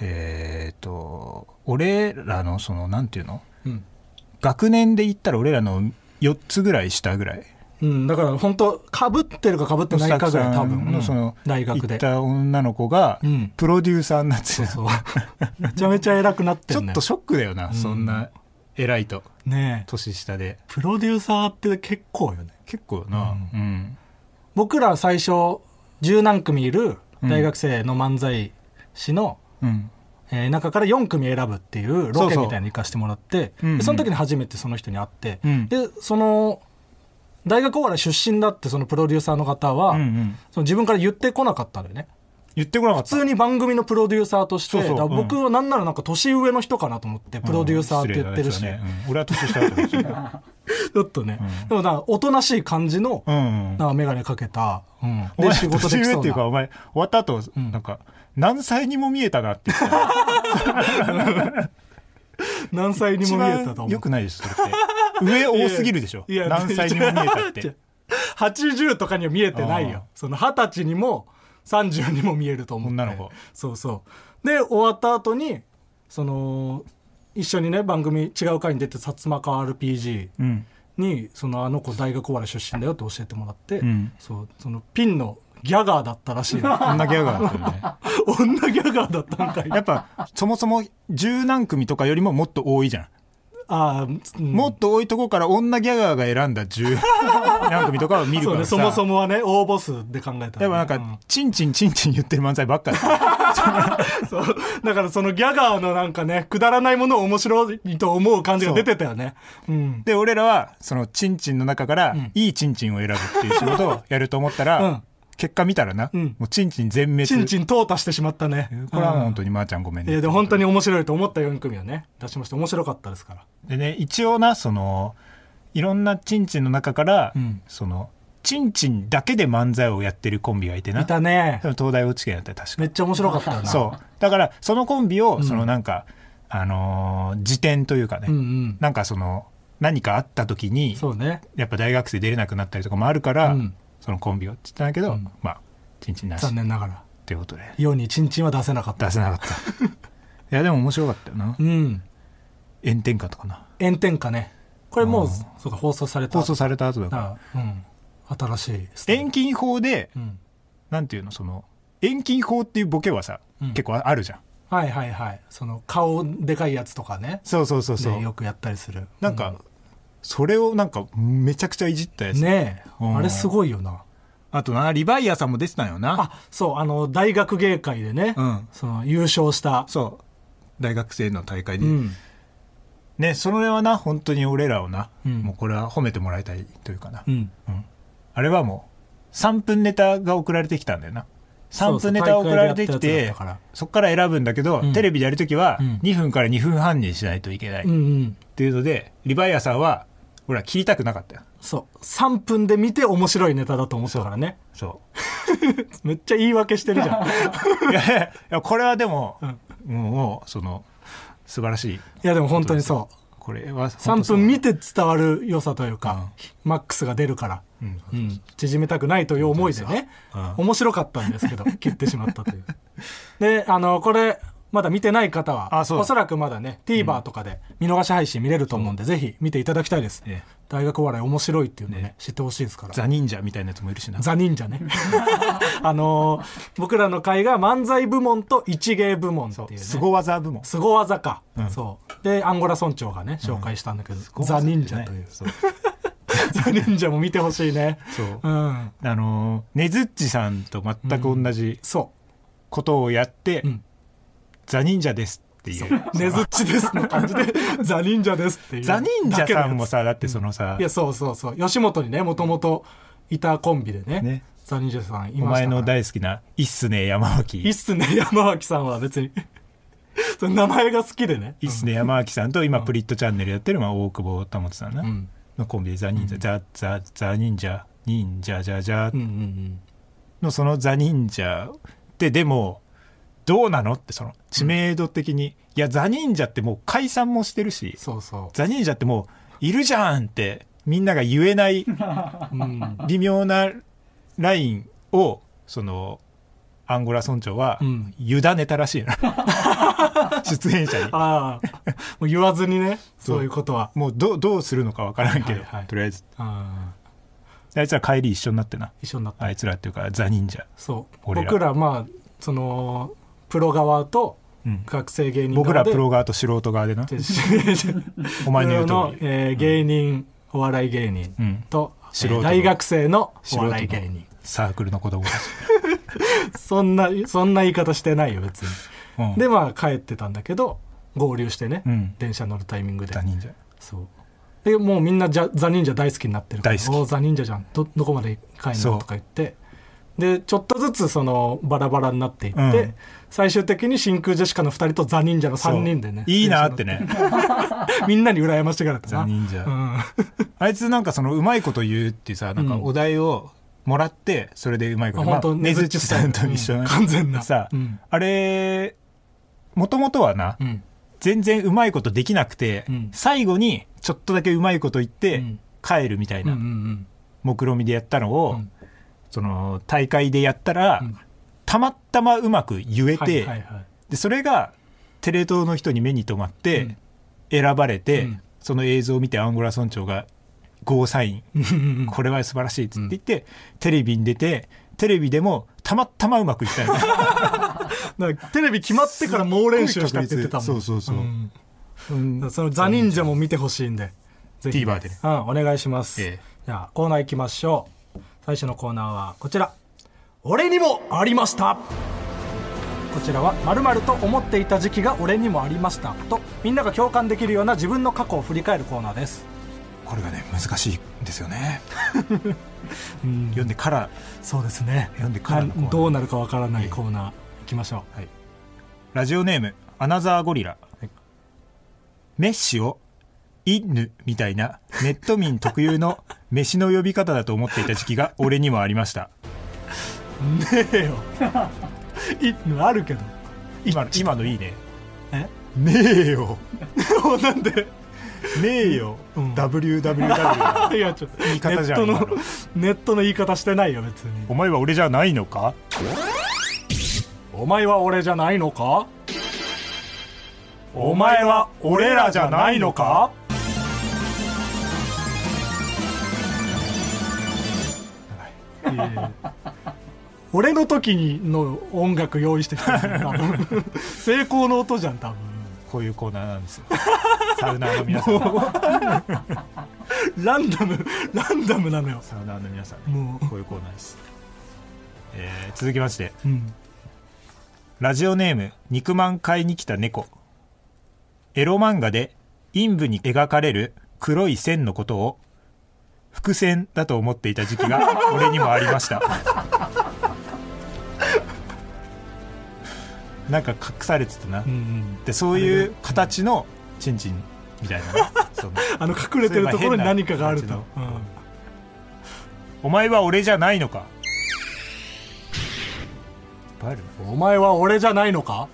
[SPEAKER 4] えっ、と俺らのそのなんていうの
[SPEAKER 3] うん、
[SPEAKER 4] 学年で言ったら俺らの4つぐらい下ぐらい
[SPEAKER 3] うん、だから本当かぶってるかかぶって
[SPEAKER 4] のス
[SPEAKER 3] な
[SPEAKER 4] タ
[SPEAKER 3] い
[SPEAKER 4] ッ
[SPEAKER 3] か
[SPEAKER 4] フ
[SPEAKER 3] ぐら
[SPEAKER 4] さ
[SPEAKER 3] い多
[SPEAKER 4] ん
[SPEAKER 3] 分、う
[SPEAKER 4] の
[SPEAKER 3] ん
[SPEAKER 4] その
[SPEAKER 3] 大学
[SPEAKER 4] 行
[SPEAKER 3] で
[SPEAKER 4] った女の子が
[SPEAKER 3] うん
[SPEAKER 4] プロデューサーになって
[SPEAKER 3] そう
[SPEAKER 4] た
[SPEAKER 3] そうめちゃめちゃ偉くなって
[SPEAKER 4] ち
[SPEAKER 3] る
[SPEAKER 4] ょっ
[SPEAKER 3] ね
[SPEAKER 4] とショックだよなそんな偉いと
[SPEAKER 3] ねえ
[SPEAKER 4] 年下で
[SPEAKER 3] プロデューサーって結構よね
[SPEAKER 4] 結構なうん
[SPEAKER 3] 僕ら最初十何組いる大学生の漫才師の、
[SPEAKER 4] うん
[SPEAKER 3] えー中から4組選ぶっていうロケみたいに行かしてもらって
[SPEAKER 4] うんうん
[SPEAKER 3] でその時に初めてその人に会って、
[SPEAKER 4] うん
[SPEAKER 3] でその大学お笑い出身だってそのプロデューサーの方は、
[SPEAKER 4] うんうん
[SPEAKER 3] その自分から言ってこなかったんだよね
[SPEAKER 4] 言ってこなかっ
[SPEAKER 3] 普
[SPEAKER 4] た
[SPEAKER 3] 通に番組のプロデューサーとして
[SPEAKER 4] そうそう
[SPEAKER 3] だから
[SPEAKER 4] うん
[SPEAKER 3] 僕はなんならなんか年上の人かなと思って、プロデューサーって言ってるし、
[SPEAKER 4] うん失礼なやつだねうん俺は年下だと思うし
[SPEAKER 3] ちょっとね、でもなんかおとなしい感じの、
[SPEAKER 4] うんうん
[SPEAKER 3] なんか眼鏡かけた、うん、
[SPEAKER 4] お前
[SPEAKER 3] で仕事でき
[SPEAKER 4] 年上
[SPEAKER 3] そ
[SPEAKER 4] っ
[SPEAKER 3] う
[SPEAKER 4] ていうか
[SPEAKER 3] な
[SPEAKER 4] お前終わった後、なんか何歳にも見えたなって言ってた
[SPEAKER 3] 何歳に
[SPEAKER 4] 一
[SPEAKER 3] も見えた
[SPEAKER 4] 番
[SPEAKER 3] と思
[SPEAKER 4] 良
[SPEAKER 3] う
[SPEAKER 4] くないですそれって上多すぎるでしょ
[SPEAKER 3] いや
[SPEAKER 4] 何歳にも見えたっ
[SPEAKER 3] 違う
[SPEAKER 4] て
[SPEAKER 3] 80とかには見えてないよその二十歳にも30にも見えると思って
[SPEAKER 4] 女の子
[SPEAKER 3] そうそうで終わった後にその一緒にね番組違う回に出て「薩摩川 RPG
[SPEAKER 4] うん」
[SPEAKER 3] にそのあの子大学お笑い出身だよって教えてもらって、
[SPEAKER 4] うん
[SPEAKER 3] そうそのピンのギャガーだったらしい の
[SPEAKER 4] 女ギャガーだったよね
[SPEAKER 3] 女ギャガーだった んかい
[SPEAKER 4] やっぱそもそも十何組とかよりももっと多いじゃん
[SPEAKER 3] ああ、うん
[SPEAKER 4] もっと多いとこから女ギャガーが選んだ十何組とかを見る
[SPEAKER 3] そ
[SPEAKER 4] か
[SPEAKER 3] う
[SPEAKER 4] ら
[SPEAKER 3] ね
[SPEAKER 4] さ
[SPEAKER 3] そもそもはね応募数で考えたらね、
[SPEAKER 4] やっぱなん
[SPEAKER 3] う
[SPEAKER 4] か、チンチンチンチン言ってる漫才ばっかり。
[SPEAKER 3] そうだからそのギャガーのなんかねくだらないものを面白いと思う感じが出てたよねうん
[SPEAKER 4] で、俺らは、そのチンチンの中から、いいチンチンを選ぶっていう仕事をやると思ったら、
[SPEAKER 3] うん
[SPEAKER 4] 結果見たらな、
[SPEAKER 3] ん
[SPEAKER 4] もうチンチン全滅。
[SPEAKER 3] ちんちん淘汰してしまったね
[SPEAKER 4] これはもう本当にまーちゃんごめん
[SPEAKER 3] い
[SPEAKER 4] ね。
[SPEAKER 3] やでも本当に面白いと思った4組はね出しました面白かったですから
[SPEAKER 4] でね、一応な、その、いろんなチンチンの中から、
[SPEAKER 3] うん
[SPEAKER 4] その、チンチンだけで漫才をやってるコンビがいてな。
[SPEAKER 3] いたね
[SPEAKER 4] 多分東大落ち県だったよ確か
[SPEAKER 3] めっちゃ面白かったよな
[SPEAKER 4] そう。だから、そのコンビを、そのなんか、あのー辞典というかね、
[SPEAKER 3] うんうん
[SPEAKER 4] なんかその、何かあった時に、
[SPEAKER 3] そうね
[SPEAKER 4] やっぱ大学生出れなくなったりとかもあるから、
[SPEAKER 3] うん
[SPEAKER 4] そのコンビをって言ったんだけど、
[SPEAKER 3] うん
[SPEAKER 4] まあチンチンなしっ
[SPEAKER 3] 残念ながら
[SPEAKER 4] てことで
[SPEAKER 3] 世にちんちんは出せなかった
[SPEAKER 4] 出せなかった いやでも面白かったよな
[SPEAKER 3] うん
[SPEAKER 4] 炎天下とかな
[SPEAKER 3] 炎天下ねこれもう
[SPEAKER 4] うん
[SPEAKER 3] そうか放送された
[SPEAKER 4] 放送された後だから
[SPEAKER 3] なあうん新しいスタイル
[SPEAKER 4] 遠近法で
[SPEAKER 3] うん
[SPEAKER 4] なんていうのその遠近法っていうボケはさ、
[SPEAKER 3] うん
[SPEAKER 4] 結構あるじゃん
[SPEAKER 3] はいはいはいその顔でかいやつとかね
[SPEAKER 4] そうそうそうそう、
[SPEAKER 3] ねよくやったりする
[SPEAKER 4] なんか、それをなんかめちゃくちゃいじったやつ、
[SPEAKER 3] ねえ、
[SPEAKER 4] うん
[SPEAKER 3] あれすごいよな
[SPEAKER 4] あとなリバイアさんも出てたよな
[SPEAKER 3] あそうあの大学芸会でね、
[SPEAKER 4] うん
[SPEAKER 3] その優勝した
[SPEAKER 4] そう大学生の大会で、
[SPEAKER 3] うん
[SPEAKER 4] ねそれはな本当に俺らをな、
[SPEAKER 3] うん
[SPEAKER 4] もうこれは褒めてもらいたいというかな、
[SPEAKER 3] うん
[SPEAKER 4] あれはもう、3分ネタが送られてきたんだよな。
[SPEAKER 3] そう
[SPEAKER 4] 3分ネタ送られてき
[SPEAKER 3] 大会でやっ
[SPEAKER 4] て
[SPEAKER 3] たやつだったから、
[SPEAKER 4] そこから選ぶんだけど、
[SPEAKER 3] うん
[SPEAKER 4] テレビでやるときは
[SPEAKER 3] うん
[SPEAKER 4] 2分から2分半にしないといけない。
[SPEAKER 3] うんう
[SPEAKER 4] っ
[SPEAKER 3] ん
[SPEAKER 4] ていうので、リバイアさんは、俺は切りたくなかったよ。
[SPEAKER 3] そう3分で見て面白いネタだと思ったからね
[SPEAKER 4] そ。
[SPEAKER 3] めっちゃ言い訳してるじゃんいう
[SPEAKER 4] いやいやいや、これはでも、
[SPEAKER 3] うん
[SPEAKER 4] もう、その、素晴らしい。
[SPEAKER 3] やでも本当にそう
[SPEAKER 4] これは本当
[SPEAKER 3] 3
[SPEAKER 4] そう、
[SPEAKER 3] 分見て伝わる良さというか、マックスが出るから、
[SPEAKER 4] うん
[SPEAKER 3] うん縮めたくないという思いでね、
[SPEAKER 4] う
[SPEAKER 3] 面白かったんです けど切ってしまったというであのこれまだ見てない方は
[SPEAKER 4] あそうだ
[SPEAKER 3] おそらくまだね TVer とかで見逃し配信見れると思うんで、ぜひ見ていただきたいです、
[SPEAKER 4] ええ
[SPEAKER 3] 大学お笑い面白いっていうのね
[SPEAKER 4] ね
[SPEAKER 3] 知ってほしいですから
[SPEAKER 4] ザ忍者みたいなやつもいるしな。
[SPEAKER 3] ザ忍者 ね あのー僕らの会が漫才部門と一芸部門っていうね
[SPEAKER 4] すご技部門。
[SPEAKER 3] すご技か、
[SPEAKER 4] ん
[SPEAKER 3] そうでアンゴラ村長がね紹介したんだけど、ザ忍者 という
[SPEAKER 4] そう。
[SPEAKER 3] ザ忍者も見てほしい ね
[SPEAKER 4] そう
[SPEAKER 3] うん
[SPEAKER 4] あのー、ねずっちさんと全く同じ
[SPEAKER 3] そ
[SPEAKER 4] ことをやって、
[SPEAKER 3] うん
[SPEAKER 4] ザ忍者ですっていう。
[SPEAKER 3] うねずっちですの感じでザ忍者ですっていう
[SPEAKER 4] ザ忍者さんも
[SPEAKER 3] だ
[SPEAKER 4] さ、だってそのさ
[SPEAKER 3] けのやつい、やそうそうそう吉本にねもともといたコンビでね
[SPEAKER 4] ね
[SPEAKER 3] ザ忍者さんい
[SPEAKER 4] お
[SPEAKER 3] まし
[SPEAKER 4] 前
[SPEAKER 3] たから
[SPEAKER 4] の大好きな、いっすね山
[SPEAKER 3] いいっ
[SPEAKER 4] 脇。
[SPEAKER 3] すね 山脇さんは別にその名前が好きでね
[SPEAKER 4] いっすね山脇さんと今、プリットチャンネルやってる、まあ、大久保保さんな、
[SPEAKER 3] うん
[SPEAKER 4] のコンビでザ忍者、ザ、ザ、ザ忍者、忍者、じゃじゃ
[SPEAKER 3] うんうんうん
[SPEAKER 4] のそのザ忍者って、でも、どうなのってその、知名度的に。いや、ザ忍者ってもう解散もしてるし、
[SPEAKER 3] そうそ、
[SPEAKER 4] ザ忍者ってもう、いるじゃんって、みんなが言えないう
[SPEAKER 3] うん、
[SPEAKER 4] 微妙なラインをそのアンゴラ村長は
[SPEAKER 3] うん
[SPEAKER 4] 委ねたらし いな、出演者に
[SPEAKER 3] ああ もう言わずにね
[SPEAKER 4] そう
[SPEAKER 3] そういうことは
[SPEAKER 4] もうどうどうするのか分からんけ
[SPEAKER 3] はい
[SPEAKER 4] ど、
[SPEAKER 3] はい
[SPEAKER 4] とりあえず
[SPEAKER 3] ああ
[SPEAKER 4] あいつら帰り一緒になってな
[SPEAKER 3] 一緒になった
[SPEAKER 4] あいつらっていうかザ忍者、
[SPEAKER 3] そう
[SPEAKER 4] 俺ら
[SPEAKER 3] 僕らまあそのプロ側と
[SPEAKER 4] うん、
[SPEAKER 3] 学生芸人
[SPEAKER 4] 僕
[SPEAKER 3] 側
[SPEAKER 4] ら
[SPEAKER 3] で
[SPEAKER 4] プロ側と素人側でな
[SPEAKER 3] で
[SPEAKER 4] お前の言う
[SPEAKER 3] プロ
[SPEAKER 4] 通り、
[SPEAKER 3] えー芸人お笑い芸人
[SPEAKER 4] うん、
[SPEAKER 3] と、えー
[SPEAKER 4] 素人の
[SPEAKER 3] 大学生のお
[SPEAKER 4] 素人の
[SPEAKER 3] 笑い芸人
[SPEAKER 4] サークルの子供たち、
[SPEAKER 3] そんなそんな言い方してないよ別に
[SPEAKER 4] うん、
[SPEAKER 3] でまあ帰ってたんだけど合流してね、
[SPEAKER 4] うん
[SPEAKER 3] 電車乗るタイミングで
[SPEAKER 4] ザ忍者
[SPEAKER 3] そうでもうみんなじゃザ忍者大好きになってるから
[SPEAKER 4] 大好き
[SPEAKER 3] おーザ忍者じゃんどどこまで行かいな
[SPEAKER 4] そう
[SPEAKER 3] とか言ってでちょっとずつそのバラバラになっていって、
[SPEAKER 4] うん
[SPEAKER 3] 最終的に真空ジェシカの2人とザ・忍者の3人でね
[SPEAKER 4] いいなっ てね
[SPEAKER 3] みんなに羨ましがられたな
[SPEAKER 4] ザ・忍 者、
[SPEAKER 3] うん、
[SPEAKER 4] あいつなんかそのうまいこと言うっていうさなんかお題をもらってそれでうまいこと、
[SPEAKER 3] あ
[SPEAKER 4] ま
[SPEAKER 3] 本当
[SPEAKER 4] ねずちさんと一緒
[SPEAKER 3] う
[SPEAKER 4] に
[SPEAKER 3] ん完全な
[SPEAKER 4] さ、
[SPEAKER 3] うん
[SPEAKER 4] あれもともとはな、
[SPEAKER 3] うん
[SPEAKER 4] 全然うまいことできなくて、
[SPEAKER 3] うん
[SPEAKER 4] 最後にちょっとだけうまいこと言って、
[SPEAKER 3] うん
[SPEAKER 4] 帰るみたい
[SPEAKER 3] うんう
[SPEAKER 4] なん目論見みでやったのを、
[SPEAKER 3] うん
[SPEAKER 4] その大会でやったら、
[SPEAKER 3] うん
[SPEAKER 4] たまたまうまく言
[SPEAKER 3] はい
[SPEAKER 4] えて、
[SPEAKER 3] はいはい
[SPEAKER 4] でそれがテレ東の人に目に留まって、
[SPEAKER 3] うん
[SPEAKER 4] 選ばれて、
[SPEAKER 3] うん
[SPEAKER 4] その映像を見てアンゴラ村長がゴーサイン、
[SPEAKER 3] うん
[SPEAKER 4] これは素晴らしいっつって言って、テレビに出てテレビでもたまたまうまくいったよね
[SPEAKER 3] なんかテレビ決まってから 猛練習したって言ってたもん
[SPEAKER 4] すごい確率そうそうそうんうん
[SPEAKER 3] だからそのザ・忍者も見てほしいんでぜひ
[SPEAKER 4] TVer でね
[SPEAKER 3] うんお願いします、
[SPEAKER 4] ええ
[SPEAKER 3] じゃあコーナー行きましょう最初のコーナーはこちら俺にもありましたこちらは「まると思っていた時期が俺にもありました」とみんなが共感できるような自分の過去を振り返るコーナーです
[SPEAKER 4] これがね難しいんですよね読んでから
[SPEAKER 3] そうですね
[SPEAKER 4] 読んでからのコーナー
[SPEAKER 3] どうなるかわからないコーナー行きましょ
[SPEAKER 4] はい、ラジオネームアナザーゴリラ、
[SPEAKER 3] はい
[SPEAKER 4] メッシをイヌみたいなネット民特有の飯の呼び方だと思っていた時期が俺にもありました
[SPEAKER 3] うねえよいあるけど
[SPEAKER 4] 今の今のいいね
[SPEAKER 3] え
[SPEAKER 4] ねえ よなんでねえよ、
[SPEAKER 3] うん
[SPEAKER 4] WWW
[SPEAKER 3] いやちょっと
[SPEAKER 4] 言い方じゃん
[SPEAKER 3] ネッ
[SPEAKER 4] 今
[SPEAKER 3] ト
[SPEAKER 4] の
[SPEAKER 3] のネットの言い方してないよ別に
[SPEAKER 4] お前は俺じゃないのか
[SPEAKER 3] お前は俺じゃないのかお前は俺らじゃないのかいやいや 俺の時にの音楽用意してきたんだよ多分成功の音じゃん多分
[SPEAKER 4] こういうコーナーなんですよサウナーの皆さん
[SPEAKER 3] ランダムランダムなのよ
[SPEAKER 4] サウナーの皆さんね
[SPEAKER 3] も
[SPEAKER 4] こういうコーナーです、えー続きまして
[SPEAKER 3] う、うん、
[SPEAKER 4] ラジオネーム肉まん買いに来た猫エロ漫画で陰部に描かれる黒い線のことを伏線だと思っていた時 期が俺にもありましたなんか隠されてたな、
[SPEAKER 3] うんうん
[SPEAKER 4] でそういう形のチンチンみたいなね、その
[SPEAKER 3] あの隠れてるところに何かがあると
[SPEAKER 4] そういう変な感じのお前は俺じゃないのかいっぱいあるな
[SPEAKER 3] うんお前は俺じゃないのか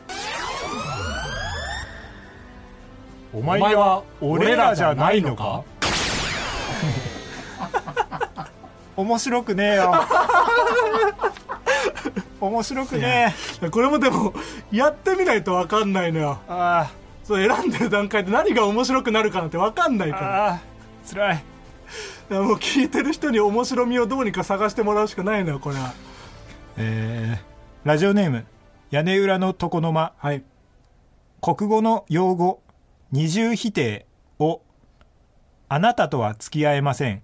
[SPEAKER 4] お
[SPEAKER 3] お
[SPEAKER 4] 前
[SPEAKER 3] 前
[SPEAKER 4] は
[SPEAKER 3] は
[SPEAKER 4] 俺
[SPEAKER 3] 俺
[SPEAKER 4] ら
[SPEAKER 3] ら
[SPEAKER 4] じ
[SPEAKER 3] じ
[SPEAKER 4] ゃ
[SPEAKER 3] ゃ
[SPEAKER 4] な
[SPEAKER 3] ないい
[SPEAKER 4] の
[SPEAKER 3] の
[SPEAKER 4] か
[SPEAKER 3] か
[SPEAKER 4] 面白くねえよ 面白くねえ
[SPEAKER 3] いやこれもでも やってみないと分かんないのよ
[SPEAKER 4] あ
[SPEAKER 3] そう選んでる段階で何が面白くなるかなんて分かんない
[SPEAKER 4] あ
[SPEAKER 3] から
[SPEAKER 4] ああつらい
[SPEAKER 3] いやもう聞いてる人に面白みをどうにか探してもらうしかないのよこれは
[SPEAKER 4] えー、ラジオネーム屋根裏の床の間
[SPEAKER 3] はい
[SPEAKER 4] 国語の用語二重否定をあなたとは付き合えません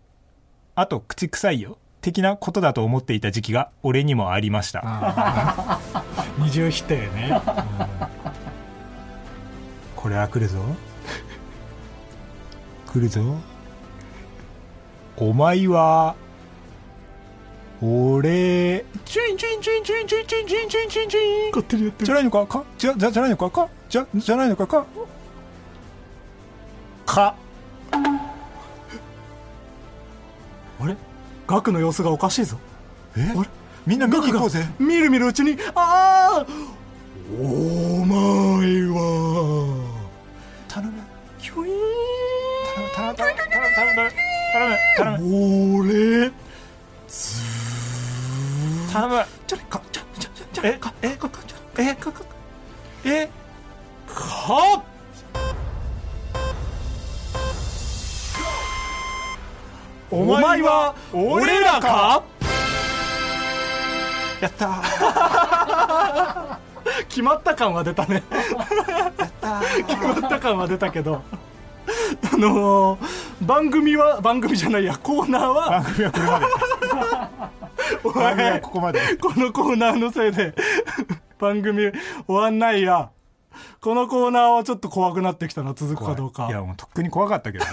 [SPEAKER 4] あと口臭いよ的なことだと思っていた時期が俺にもありました
[SPEAKER 3] 二重否定 ね
[SPEAKER 4] これは来るぞ来るぞお前は俺チュンチュンチュンチュンチュンチュンチュンチュンチュンチュン
[SPEAKER 3] 勝手にやって
[SPEAKER 4] じゃないのかかじゃじゃじゃないのかかじゃじゃないのかかか
[SPEAKER 3] あれ額の様子がおかしいぞ
[SPEAKER 4] え
[SPEAKER 3] あれ
[SPEAKER 4] みんな見に行こうぜ
[SPEAKER 3] 見る見るうちにああお前は
[SPEAKER 4] 頼む
[SPEAKER 3] キュイ
[SPEAKER 4] 頼む頼む頼む頼む頼む頼む
[SPEAKER 3] ーン俺
[SPEAKER 4] 頼む頼む
[SPEAKER 3] ちょっかちょちょちょちょ
[SPEAKER 4] え
[SPEAKER 3] か
[SPEAKER 4] え
[SPEAKER 3] かかちょ
[SPEAKER 4] え
[SPEAKER 3] かか
[SPEAKER 4] え
[SPEAKER 3] は
[SPEAKER 4] お
[SPEAKER 3] お前は俺らか
[SPEAKER 4] やったー
[SPEAKER 3] 決まった感は出たね決まった感は出たけどあのー番組は番組じゃないやコーナーは
[SPEAKER 4] 番組はこれまで
[SPEAKER 3] お
[SPEAKER 4] 番組はいここまで
[SPEAKER 3] このコーナーのせいで 番組終わんないやこのコーナーはちょっと怖くなってきたな続くかどうか
[SPEAKER 4] いやもうとっくに怖かったけどね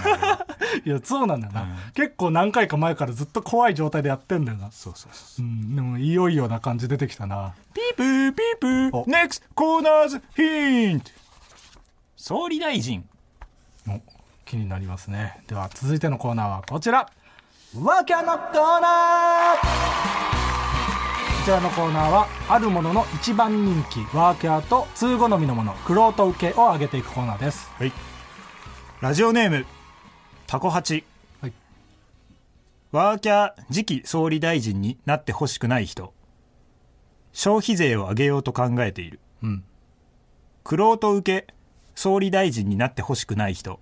[SPEAKER 3] いやそうなんだよな、結構何回か前からずっと怖い状態でやってんだよな
[SPEAKER 4] そうそうそう
[SPEAKER 3] うんでもいよいよな感じ出てきたな
[SPEAKER 4] ピープーピープ
[SPEAKER 3] お
[SPEAKER 4] ー NEXT コーナーズヒント総理大臣
[SPEAKER 3] お気になりますねでは続いてのコーナーはこちらワーキャーのコーナーこちらのコーナーはあるものの一番人気ワーキャーと通好みのものクロート受けを上げていくコーナーです
[SPEAKER 4] はいラジオネームタコハチ、
[SPEAKER 3] はい
[SPEAKER 4] ワーキャー次期総理大臣になってほしくない人消費税を上げようと考えている
[SPEAKER 3] うん
[SPEAKER 4] クロート受け総理大臣になってほしくない人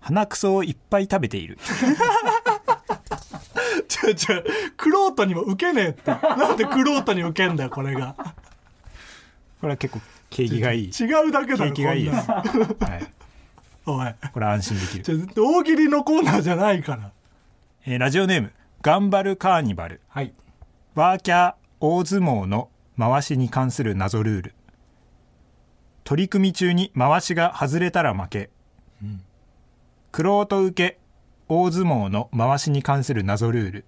[SPEAKER 4] 鼻くそをいっぱい食べてい る
[SPEAKER 3] ちょちょクロートにも受けねえってなんでクロートに受けんだよこれが
[SPEAKER 4] これは結構景気がいい
[SPEAKER 3] 違うだけだ
[SPEAKER 4] 景
[SPEAKER 3] ろ
[SPEAKER 4] 気がいいで す、
[SPEAKER 3] こんなの
[SPEAKER 4] はい、
[SPEAKER 3] おい
[SPEAKER 4] これは安心できる
[SPEAKER 3] ちょ大喜利のコーナーじゃないから
[SPEAKER 4] えーラジオネーム「頑張るカーニバル
[SPEAKER 3] はい」
[SPEAKER 4] ワーキャー大相撲の回しに関する謎ルール取り組み中に回しが外れたら負け、クロート受け大相撲の回しに関する謎ルール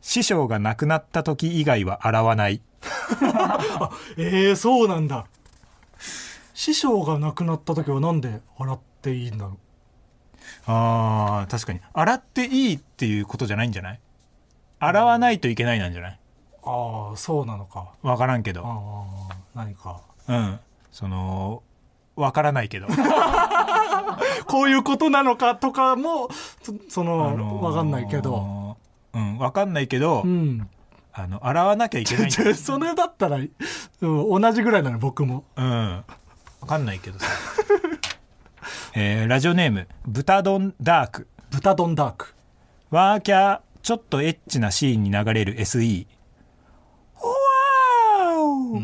[SPEAKER 4] 師匠が亡くなった時以外は洗わない
[SPEAKER 3] ええそうなんだ師匠が亡くなった時はなんで洗っていいんだろう
[SPEAKER 4] あー確かに洗っていいっていうことじゃないんじゃない洗わないといけないなんじゃない
[SPEAKER 3] ああそうなのか
[SPEAKER 4] わからんけど
[SPEAKER 3] ああ何か
[SPEAKER 4] うんそのわからないけど
[SPEAKER 3] こういうことなのかとかもそその、わ分かんないけど
[SPEAKER 4] うん分かんないけど、
[SPEAKER 3] うん
[SPEAKER 4] あの洗わなきゃいけない
[SPEAKER 3] ちょ それだったら、うん同じぐらいなの僕も
[SPEAKER 4] うん分かんないけどさ えーラジオネーム「豚丼ダーク
[SPEAKER 3] 豚丼ダーク」
[SPEAKER 4] ワーキャーちょっとエッチなシーンに流れる SE ほわーお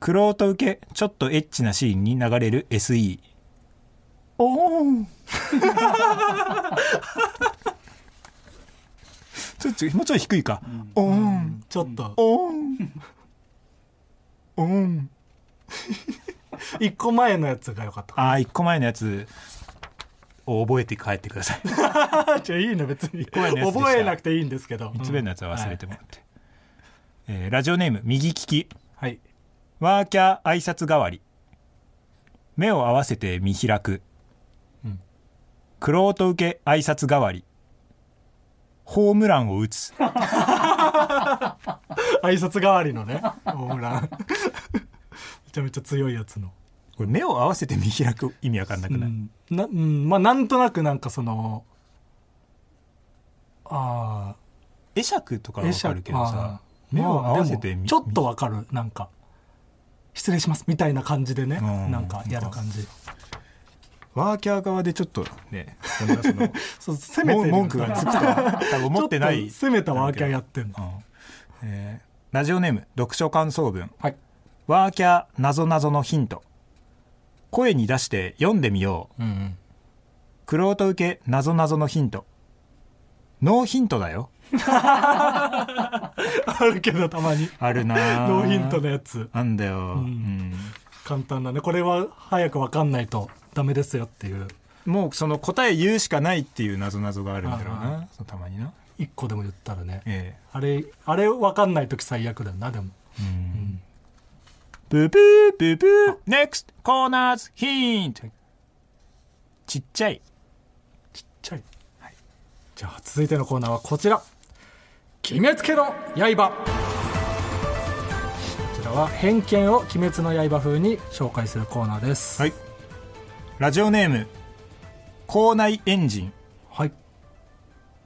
[SPEAKER 4] クロート受けちょっとエッチなシーンに流れる SE お ーんちょっともうちょい低いか、おーん
[SPEAKER 3] ちょっと
[SPEAKER 4] おん。おん。
[SPEAKER 3] 一個前のやつが良かった
[SPEAKER 4] ああ、一個前のやつを覚えて帰ってください。
[SPEAKER 3] あじゃあいいの別に
[SPEAKER 4] 個前のやつでした
[SPEAKER 3] 覚えなくていいんですけど
[SPEAKER 4] 三つ目のやつは忘れてもらって。えーラジオネーム、右利き。
[SPEAKER 3] はい
[SPEAKER 4] ワーキャー挨拶代わり。目を合わせて見開く。クロート受け挨拶代わり。ホームランを打 つ。
[SPEAKER 3] 挨拶代わりのねホームラン めちゃめちゃ強いやつの
[SPEAKER 4] これ目を合わせて見開く意味わかんなくな
[SPEAKER 3] う
[SPEAKER 4] い、
[SPEAKER 3] ん、なうんまあなんとなくなんかそのあ
[SPEAKER 4] 会釈とか
[SPEAKER 3] あ
[SPEAKER 4] はわかるけどさ、目を合わせて見
[SPEAKER 3] ちょっとわかるなんか失礼しますみたいな感じでね
[SPEAKER 4] うん
[SPEAKER 3] なんかやる感じ
[SPEAKER 4] ワーキャー側でちょっと ね、そんなその
[SPEAKER 3] そう攻めてる
[SPEAKER 4] 文句がつく とは多分思ってない
[SPEAKER 3] ちょっと攻めたワーキャーやってんの
[SPEAKER 4] うんえーラジオネーム読書感想文
[SPEAKER 3] はい
[SPEAKER 4] ワーキャーなぞなぞのヒント声に出して読んでみよう
[SPEAKER 3] うん
[SPEAKER 4] クロート受けなぞなぞのヒントノーヒントだよ
[SPEAKER 3] あるけどたまに
[SPEAKER 4] ある な
[SPEAKER 3] ノーヒント
[SPEAKER 4] で
[SPEAKER 3] のやつ
[SPEAKER 4] なんだよ、
[SPEAKER 3] ん簡単なねこれは早くわかんないとダメですよっていう
[SPEAKER 4] うんもうその答え言うしかないっていうなぞなぞがあるんだろう
[SPEAKER 3] あ
[SPEAKER 4] なそのたまにな
[SPEAKER 3] 一個でも言ったらね
[SPEAKER 4] え
[SPEAKER 3] あれあれわかんない時最悪だよなでも
[SPEAKER 4] えブブーブブー NEXT コーナーズヒントちっちゃい
[SPEAKER 3] ちょい、じゃあ続いてのコーナーはこちら「鬼滅家の刃」こちらは偏見を「鬼滅の刃」風に紹介するコーナーです
[SPEAKER 4] はいラジオネーム校内エンジン
[SPEAKER 3] はい、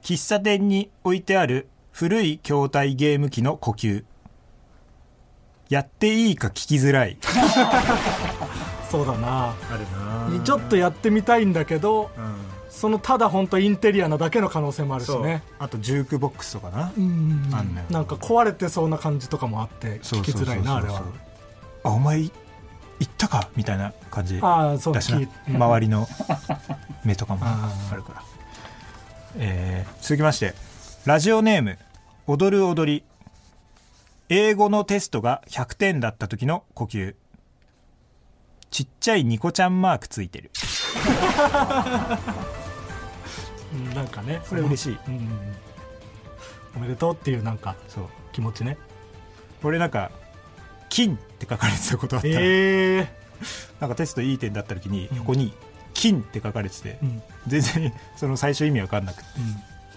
[SPEAKER 4] 喫茶店に置いてある古い筐体ゲーム機の呼吸やっていいか聞きづらい
[SPEAKER 3] そうだな
[SPEAKER 4] あるな
[SPEAKER 3] ちょっとやってみたいんだけど
[SPEAKER 4] うん
[SPEAKER 3] そのただ本当インテリアなだけの可能性もあるし
[SPEAKER 4] そう
[SPEAKER 3] ね
[SPEAKER 4] あとジュークボックスとかな
[SPEAKER 3] うん
[SPEAKER 4] あんのよ
[SPEAKER 3] なんか壊れてそうな感じとかもあって
[SPEAKER 4] そう
[SPEAKER 3] 聞き
[SPEAKER 4] そうそう
[SPEAKER 3] づ
[SPEAKER 4] そ
[SPEAKER 3] ら
[SPEAKER 4] う
[SPEAKER 3] いなあれは
[SPEAKER 4] あお前行ったかみたいな感じ
[SPEAKER 3] ああそう
[SPEAKER 4] だしな
[SPEAKER 3] 聞い
[SPEAKER 4] 周 りの目とかも
[SPEAKER 3] あ
[SPEAKER 4] あるから、えー続きましてラジオネーム「踊る踊り」英語のテストが100点だった時の呼吸ちっちゃいニコちゃんマークついてる
[SPEAKER 3] うんなんかね
[SPEAKER 4] これ嬉しい
[SPEAKER 3] うんうんうんおめでとうっていうなんか
[SPEAKER 4] そう
[SPEAKER 3] 気持ちね
[SPEAKER 4] 俺なんか「金」って書かれてたことあった、
[SPEAKER 3] ええ
[SPEAKER 4] なんかテストいい点だった時に
[SPEAKER 3] ん
[SPEAKER 4] 横に「金」って書かれてて、
[SPEAKER 3] うん
[SPEAKER 4] 全然その最初意味わかんなくて
[SPEAKER 3] うん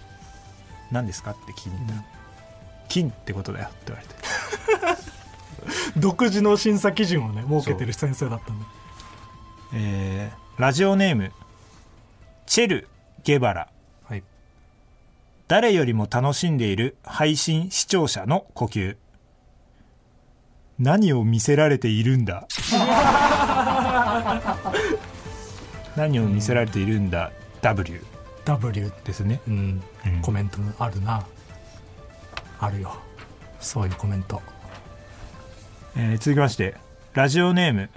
[SPEAKER 4] 「何ですか?」って聞いたら「金ってことだよ」って言われて
[SPEAKER 3] 独自の審査基準をね設けてる先生だったんで
[SPEAKER 4] えーラジオネームチェル・ゲバラ
[SPEAKER 3] はい
[SPEAKER 4] 誰よりも楽しんでいる配信視聴者の呼吸何を見せられているん だ何を見せられているんだ W
[SPEAKER 3] W
[SPEAKER 4] ですね
[SPEAKER 3] うん、
[SPEAKER 4] うん
[SPEAKER 3] コメントもあるなあるよそういうコメント
[SPEAKER 4] えー続きましてラジオネーム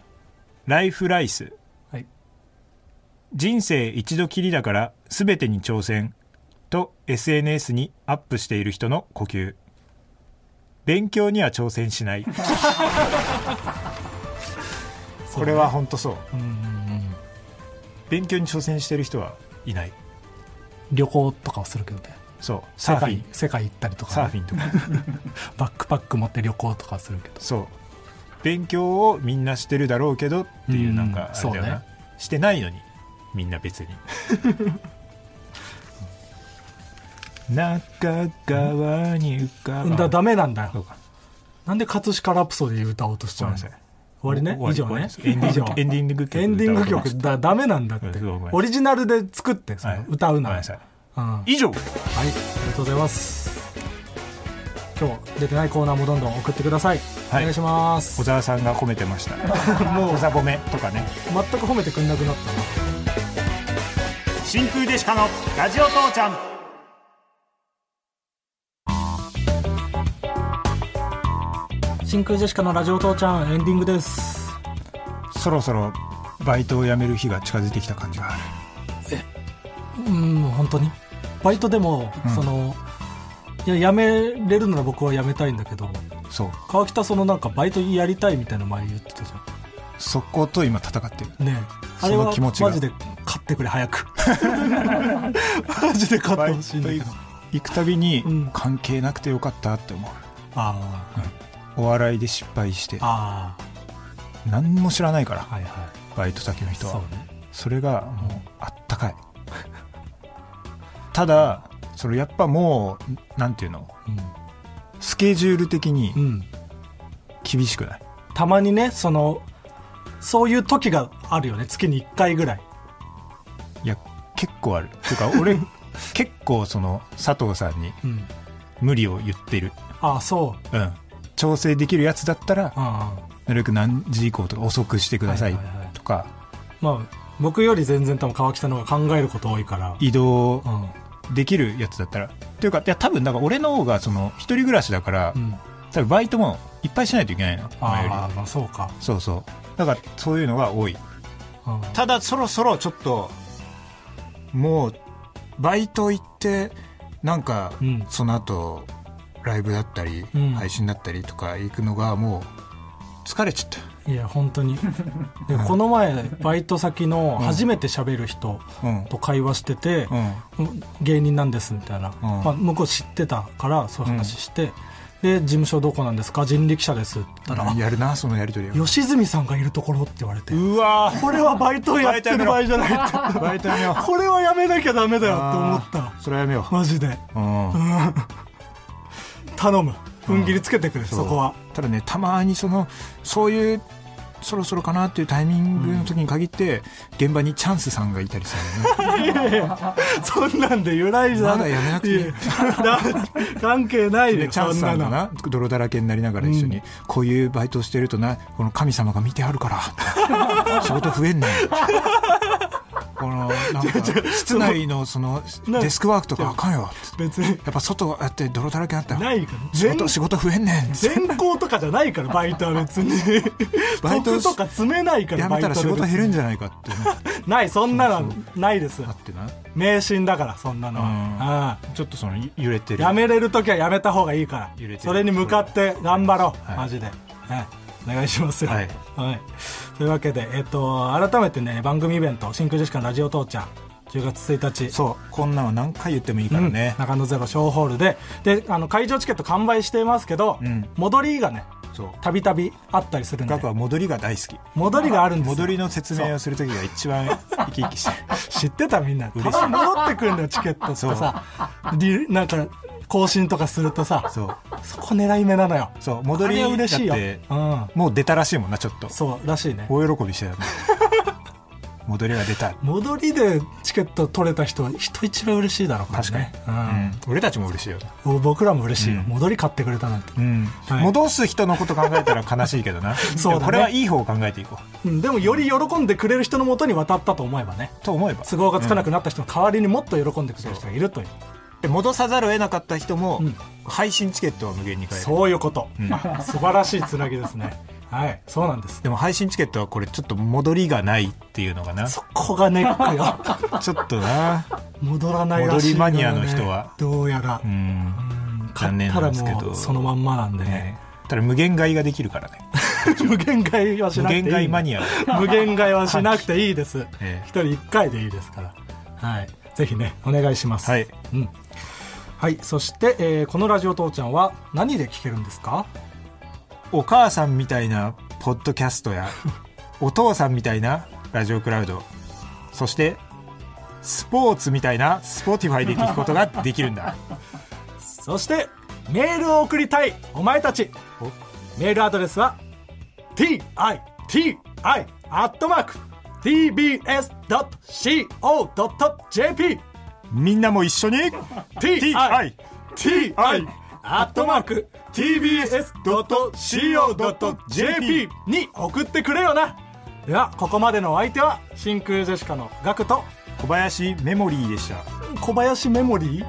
[SPEAKER 4] ライフライス、
[SPEAKER 3] はい
[SPEAKER 4] 人生一度きりだから全てに挑戦と SNS にアップしている人の呼吸勉強には挑戦 しないこれは本当そ
[SPEAKER 3] う
[SPEAKER 4] う
[SPEAKER 3] んうんうん
[SPEAKER 4] 勉強に挑戦してる人はいない
[SPEAKER 3] 旅行とかをするけどね
[SPEAKER 4] そうサ
[SPEAKER 3] 世
[SPEAKER 4] ーフィ
[SPEAKER 3] 界
[SPEAKER 4] ン
[SPEAKER 3] 世界行ったりとかね、
[SPEAKER 4] サーフィンとか
[SPEAKER 3] バックパック持って旅行とかするけど
[SPEAKER 4] そう勉強をみんなしてるだろうけどっていうなんかあれだよな、
[SPEAKER 3] うんそうね
[SPEAKER 4] してないのにみんな 別に中川に浮か
[SPEAKER 3] だ
[SPEAKER 4] だ
[SPEAKER 3] ダメなんだ
[SPEAKER 4] そう
[SPEAKER 3] よ
[SPEAKER 4] か
[SPEAKER 3] なんで葛飾ラプソディ歌おうとしち
[SPEAKER 4] ご
[SPEAKER 3] ゃう
[SPEAKER 4] め
[SPEAKER 3] の
[SPEAKER 4] んなさい
[SPEAKER 3] 終わりね以上ね
[SPEAKER 4] エンデ
[SPEAKER 3] 以
[SPEAKER 4] ィ
[SPEAKER 3] 上
[SPEAKER 4] ング エンディング曲
[SPEAKER 3] エンディング曲
[SPEAKER 4] 歌おう
[SPEAKER 3] だダメなんだっ
[SPEAKER 4] うん
[SPEAKER 3] て
[SPEAKER 4] そうごめんなさい
[SPEAKER 3] オリジナルで作ってそ
[SPEAKER 4] と思いま
[SPEAKER 3] の
[SPEAKER 4] した
[SPEAKER 3] 歌う
[SPEAKER 4] ご
[SPEAKER 3] な
[SPEAKER 4] めん
[SPEAKER 3] ら、
[SPEAKER 4] さい
[SPEAKER 3] うん
[SPEAKER 4] 以上
[SPEAKER 3] はい、ありがとうございます。今日出てないコーナーもどんどん送ってください。
[SPEAKER 4] はい
[SPEAKER 3] お願いします
[SPEAKER 4] 小。沢さんが褒めてました もう小沢褒めとかね
[SPEAKER 3] 全く褒めてくんなくなったな。
[SPEAKER 4] 真空でしかのラジオ父ちゃん
[SPEAKER 3] 真空ジェシカのラジオ父ちゃんエンディングです。
[SPEAKER 4] そろそろバイトを辞める日が近づいてきた感じがある
[SPEAKER 3] うん、本当に。バイトでも、その。いや、辞めれるなら、僕は辞めたいんだけど。
[SPEAKER 4] そう
[SPEAKER 3] 川北、そのなんかバイトやりたいみたいなの前言ってたじ
[SPEAKER 4] そこと今戦ってる
[SPEAKER 3] ゃん。ねえ。あれ
[SPEAKER 4] そ
[SPEAKER 3] は
[SPEAKER 4] の気持ちが
[SPEAKER 3] マジで買ってくれ早く マジで買ってほしいんだけど
[SPEAKER 4] 行くたびに
[SPEAKER 3] うん
[SPEAKER 4] 関係なくてよかったって思う、
[SPEAKER 3] あー
[SPEAKER 4] お笑いで失敗して
[SPEAKER 3] あ
[SPEAKER 4] 何も知らないから
[SPEAKER 3] ーはいはい
[SPEAKER 4] バイト先の人は
[SPEAKER 3] そ
[SPEAKER 4] そう
[SPEAKER 3] ね
[SPEAKER 4] れがもうあったかいただそれやっぱもうなんていうのスケジュール的に
[SPEAKER 3] うん、うん、
[SPEAKER 4] 厳しくない、
[SPEAKER 3] たまにねそのそういう時があるよね月に1回ぐらい
[SPEAKER 4] いや結構あるていうか 俺結構その佐藤さんに
[SPEAKER 3] うん
[SPEAKER 4] 無理を言ってる
[SPEAKER 3] ああそう
[SPEAKER 4] うん調整できるやつだったら
[SPEAKER 3] ああ
[SPEAKER 4] なるべく何時以降とか遅くしてください
[SPEAKER 3] はいはいはい
[SPEAKER 4] とか、
[SPEAKER 3] まあ僕より全然多分川北の方が考えること多いから
[SPEAKER 4] 移動
[SPEAKER 3] うん
[SPEAKER 4] できるやつだったらっていうかいや多分だから俺の方がその一人暮らしだから、
[SPEAKER 3] うん
[SPEAKER 4] 多分バイトもいっぱいしないといけないの前よ
[SPEAKER 3] ああまあそうか
[SPEAKER 4] りそうそうだからそういうのが多い
[SPEAKER 3] うん
[SPEAKER 4] ただそろそろちょっともうバイト行ってなんか、
[SPEAKER 3] うん
[SPEAKER 4] その後ライブだったり、
[SPEAKER 3] うん
[SPEAKER 4] 配信だったりとか行くのがもう疲れちゃった
[SPEAKER 3] いや本当に でこの前バイト先の初めて喋る人
[SPEAKER 4] うん
[SPEAKER 3] と会話してて、
[SPEAKER 4] うん
[SPEAKER 3] 芸人なんですみたいな、まあ、向こう知ってたからそういう話して、で事務所どこなんですか人力車ですって言ったら、
[SPEAKER 4] やるなそのやり取りを
[SPEAKER 3] 吉住さんがいるところって言われて
[SPEAKER 4] うわ
[SPEAKER 3] これはバイトをやってる場合じゃないって
[SPEAKER 4] ーバイトやめよう
[SPEAKER 3] これはやめなきゃダメだよって思った
[SPEAKER 4] それはやめよ
[SPEAKER 3] マジで
[SPEAKER 4] う、うん
[SPEAKER 3] 頼む踏ん切りつけてくれ、そこは
[SPEAKER 4] ただねたまにそのそういうそろそろかなっていうタイミングの時に限って、現場にチャンスさんがいたりするのね
[SPEAKER 3] そんなんで由来じゃ
[SPEAKER 4] まだやめなくていい
[SPEAKER 3] やだ 関係 ない
[SPEAKER 4] で
[SPEAKER 3] で
[SPEAKER 4] チ ャンスさんがな泥だらけになりながら一緒に、こういうバイトをしてるとなこの神様が見てあるから 仕事増えんねんこのなんか室内のその
[SPEAKER 3] な
[SPEAKER 4] デスクワークとかあかんよ
[SPEAKER 3] 別に
[SPEAKER 4] やっぱ外やって泥だらけになった
[SPEAKER 3] な
[SPEAKER 4] ら
[SPEAKER 3] いから
[SPEAKER 4] 仕
[SPEAKER 3] 全
[SPEAKER 4] 事仕事増えんねん
[SPEAKER 3] 全校とかじゃないからバイトは別に
[SPEAKER 4] バイト
[SPEAKER 3] 得とか詰めないから
[SPEAKER 4] やめたら仕事減る
[SPEAKER 3] じ
[SPEAKER 4] んじゃないかってね
[SPEAKER 3] ゃないそんなのないです
[SPEAKER 4] あってな
[SPEAKER 3] 迷信だからそんなのは
[SPEAKER 4] ちょっとその揺れて
[SPEAKER 3] うん
[SPEAKER 4] る
[SPEAKER 3] やめれる時はやめた方がいいか
[SPEAKER 4] 揺れて
[SPEAKER 3] ら
[SPEAKER 4] る
[SPEAKER 3] それに向かって頑張ろう
[SPEAKER 4] い
[SPEAKER 3] マジでねお願いしますよ
[SPEAKER 4] はい
[SPEAKER 3] はい、というわけで、えっと改めてね番組イベント「真空ジェシカのラジオ父ちゃん」10月1日
[SPEAKER 4] そうこんなんは何回言ってもいいから
[SPEAKER 3] うん
[SPEAKER 4] ね、
[SPEAKER 3] 中野ゼロショーホールでであの会場チケット完売していますけど、
[SPEAKER 4] うん
[SPEAKER 3] 戻りがね
[SPEAKER 4] そう
[SPEAKER 3] たびたびあったりするんで
[SPEAKER 4] 額は戻りが大好き
[SPEAKER 3] 戻りがあるんですよ
[SPEAKER 4] 戻りの説明をする時が一番生き生きしてる
[SPEAKER 3] 知ってたみんなた
[SPEAKER 4] 嬉し
[SPEAKER 3] ま
[SPEAKER 4] い
[SPEAKER 3] に戻ってくるんだよチケットってさリなんか更新とかするとさそ
[SPEAKER 4] そう
[SPEAKER 3] こ狙い目なのよ
[SPEAKER 4] そう戻り
[SPEAKER 3] あれ
[SPEAKER 4] だ
[SPEAKER 3] は嬉しいよ、
[SPEAKER 4] っ
[SPEAKER 3] う
[SPEAKER 4] て
[SPEAKER 3] ん、
[SPEAKER 4] もう出たらしいもんなちょっと
[SPEAKER 3] そうらしいね
[SPEAKER 4] 大喜びしてたよね戻りが出た
[SPEAKER 3] 戻りでチケット取れた人は人一倍嬉しいだろうから
[SPEAKER 4] 確かに
[SPEAKER 3] ね、うん
[SPEAKER 4] うん俺たちも嬉しいよ
[SPEAKER 3] 僕らも嬉しいよ、
[SPEAKER 4] うん
[SPEAKER 3] 戻り買ってくれたなんて、
[SPEAKER 4] うん
[SPEAKER 3] はい
[SPEAKER 4] 戻す人のこと考えたら悲しいけど な
[SPEAKER 3] そうだね
[SPEAKER 4] でもこれはいい方を考えていこ
[SPEAKER 3] うん、でもより喜んでくれる人のもとに渡ったと思えばね
[SPEAKER 4] うと思えば
[SPEAKER 3] 都合がつかなくなった人の代わりにもっと喜んでくれる人がいるという
[SPEAKER 4] で戻さざるを得なかった人も、
[SPEAKER 3] うん
[SPEAKER 4] 配信チケットは無限に買える
[SPEAKER 3] そういうこと、
[SPEAKER 4] うん
[SPEAKER 3] 素晴らしいつなぎですねはいそうなんです
[SPEAKER 4] でも配信チケットはこれちょっと戻りがないっていうのがなち
[SPEAKER 3] そこがネック よ
[SPEAKER 4] ょっとな
[SPEAKER 3] 戻らないらしい、
[SPEAKER 4] 戻りマニアの人は
[SPEAKER 3] どうやら
[SPEAKER 4] う、ん
[SPEAKER 3] うん
[SPEAKER 4] 残
[SPEAKER 3] 買っ
[SPEAKER 4] 念
[SPEAKER 3] た
[SPEAKER 4] な
[SPEAKER 3] ら
[SPEAKER 4] んですけど
[SPEAKER 3] もうそのまんまなんでね
[SPEAKER 4] ただ無限買いができるからね
[SPEAKER 3] 無限買いはし
[SPEAKER 4] 無
[SPEAKER 3] なくていい
[SPEAKER 4] 限買いマニア、
[SPEAKER 3] ア無限買いはしなくていいです
[SPEAKER 4] え
[SPEAKER 3] 一人一回でいいですからはいぜひねお願いします
[SPEAKER 4] えはい
[SPEAKER 3] うんはい、そして、えーこのラジオ父ちゃんは何で聞けるんですか
[SPEAKER 4] お母さんみたいなポッドキャストやお父さんみたいなラジオクラウドそしてスポーツみたいなスポティファイで聞くことができるんだ
[SPEAKER 3] そしてメールを送りたいお前たち
[SPEAKER 4] お
[SPEAKER 3] メールアドレスは titi.tbs.co.jp
[SPEAKER 4] みんなも一緒に
[SPEAKER 3] ti ti
[SPEAKER 4] はい
[SPEAKER 3] アットマーク tbs.co.jp に送ってくれよなではここまでのお相手は真空ジェシカのガクと
[SPEAKER 4] 小林メモリーでした
[SPEAKER 3] 小林メモリー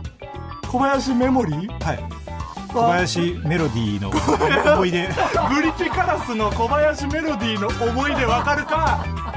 [SPEAKER 3] 小林メモリー
[SPEAKER 4] はい小林メロディーの思い出
[SPEAKER 3] ブリティカラスの小林メロディーの思い出わかるか